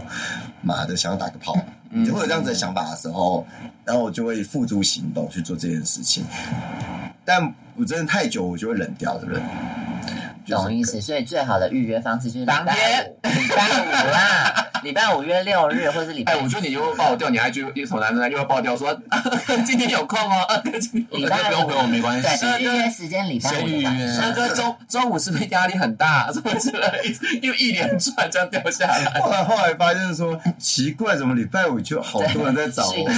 S4: 妈的，想要打个炮。你会有这样子的想法的时候，然后我就会付诸行动去做这件事情。但我真的太久，我就会冷掉的人。
S1: 哦
S4: 就是
S9: 懂意思，所以最好的预约方式就是礼
S3: 当
S9: 拜
S3: 天
S9: 五，礼拜五啦，礼拜五约六日，或是礼
S3: 哎，
S9: 拜
S3: 我觉得你又要爆掉，你还就一从男生又要爆掉，说今天有空哦，二哥今天
S9: 礼
S3: 有
S9: 拜
S3: 空
S9: 五
S3: 不用回我没关系。啊
S9: 对，预约时间礼拜五的晚上。
S3: 三哥周周五是不是压力很 (laughs) 大？是不是又一连串这样掉下来？
S4: 后来后来发现说，奇怪，怎么礼拜五就好多人在找
S9: 是
S4: 我？
S3: (laughs)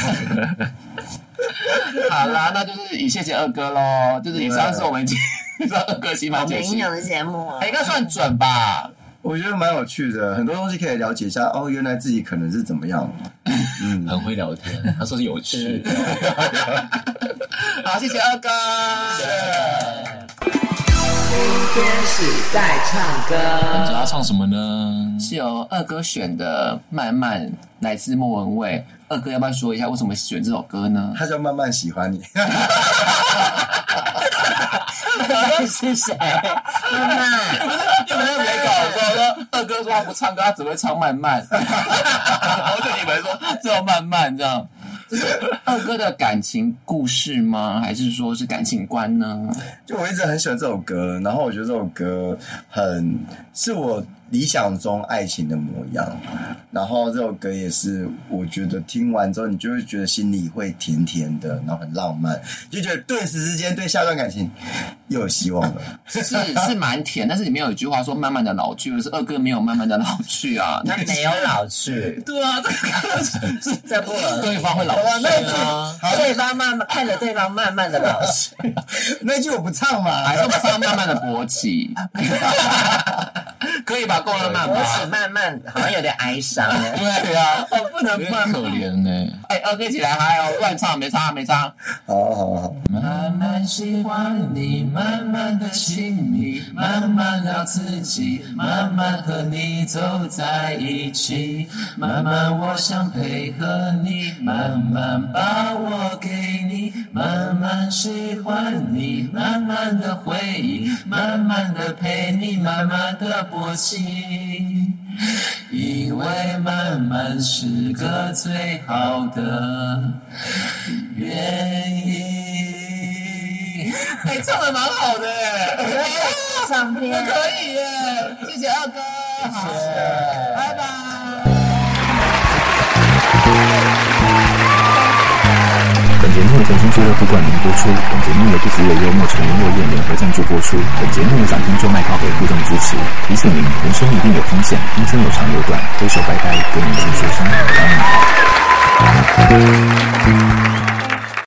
S3: 好啦，那就是以谢谢二哥喽，就是以上是我们今天 (laughs) 的二哥新马
S9: 好
S3: 解
S9: 没
S3: 析
S9: 营，养的节目啊
S3: 哎，！应该算准吧？
S4: (laughs) 我觉得蛮有趣的，很多东西可以了解一下。哦，原来自己可能是怎么样。
S2: 很会聊天，他说是有趣。
S3: (laughs) 好，谢谢二哥。
S9: 天使在唱
S2: 你知
S9: 歌，
S2: 道他唱什么 (laughs) 呢？
S3: 是由二哥选的《慢慢》，来自莫文蔚。二哥要不要说一下为什么选这首歌呢？
S4: 他就慢慢喜欢你，
S9: 是 (laughs) 谁？妈妈，
S3: 你们没搞错，说二哥说他不唱歌，他只会唱慢 (laughs) 慢，然后就以为说只有慢慢这样。这是二哥的感情故事吗？还是说是感情观呢？
S4: (laughs) 就我一直很喜欢这首歌，然后我觉得这首歌很是我理想中爱情的模样。然后这首歌也是我觉得听完之后，你就会觉得心里会甜甜的，然后很浪漫，就觉得顿时之间对下段感情又有希望了。
S3: 是是蛮甜，但是里面有一句话说“慢慢的老去”，可是二哥没有慢慢的老去啊。
S9: 他没有老去，
S3: (laughs) 对啊，这个是
S9: 这不合理。
S3: (laughs) 对方会老
S9: 好吧那
S3: 去啊。
S9: 句对方慢慢看着对方慢慢的老去，
S4: 那句我不唱嘛，
S3: 还是我们要慢慢的勃 (laughs) 起，可以吧？够了，慢
S9: 我
S3: 吧
S9: 只。啊慢慢好像有点哀伤了。
S3: 对啊，哦，不能
S2: 有点
S3: 慢
S2: 可
S3: 慢。
S2: 怜呢。
S3: 哎，二哥起来嗨哦，乱唱没差没差。
S4: (laughs) 好好好。
S3: 慢慢喜欢你，慢慢的亲密，慢慢聊自己，慢慢和你走在一起，慢慢我想配合你，慢慢把我给你，慢慢喜欢你，慢慢的回忆，慢慢的陪你，慢慢的勃起。因为慢慢是个最好的原因。哎、唱的蛮好的哎耶，
S9: 唱片。
S3: 可以耶，谢谢二哥，好，拜拜。
S2: 本
S10: 节目由中俱乐部冠名播出。本节目由不只有幽默成员落叶联合赞助播出。本节目由掌听做卖靠北互动支持。提醒您，人生一定有风险，人生有长有短，挥手拜拜，跟你一起说声晚安。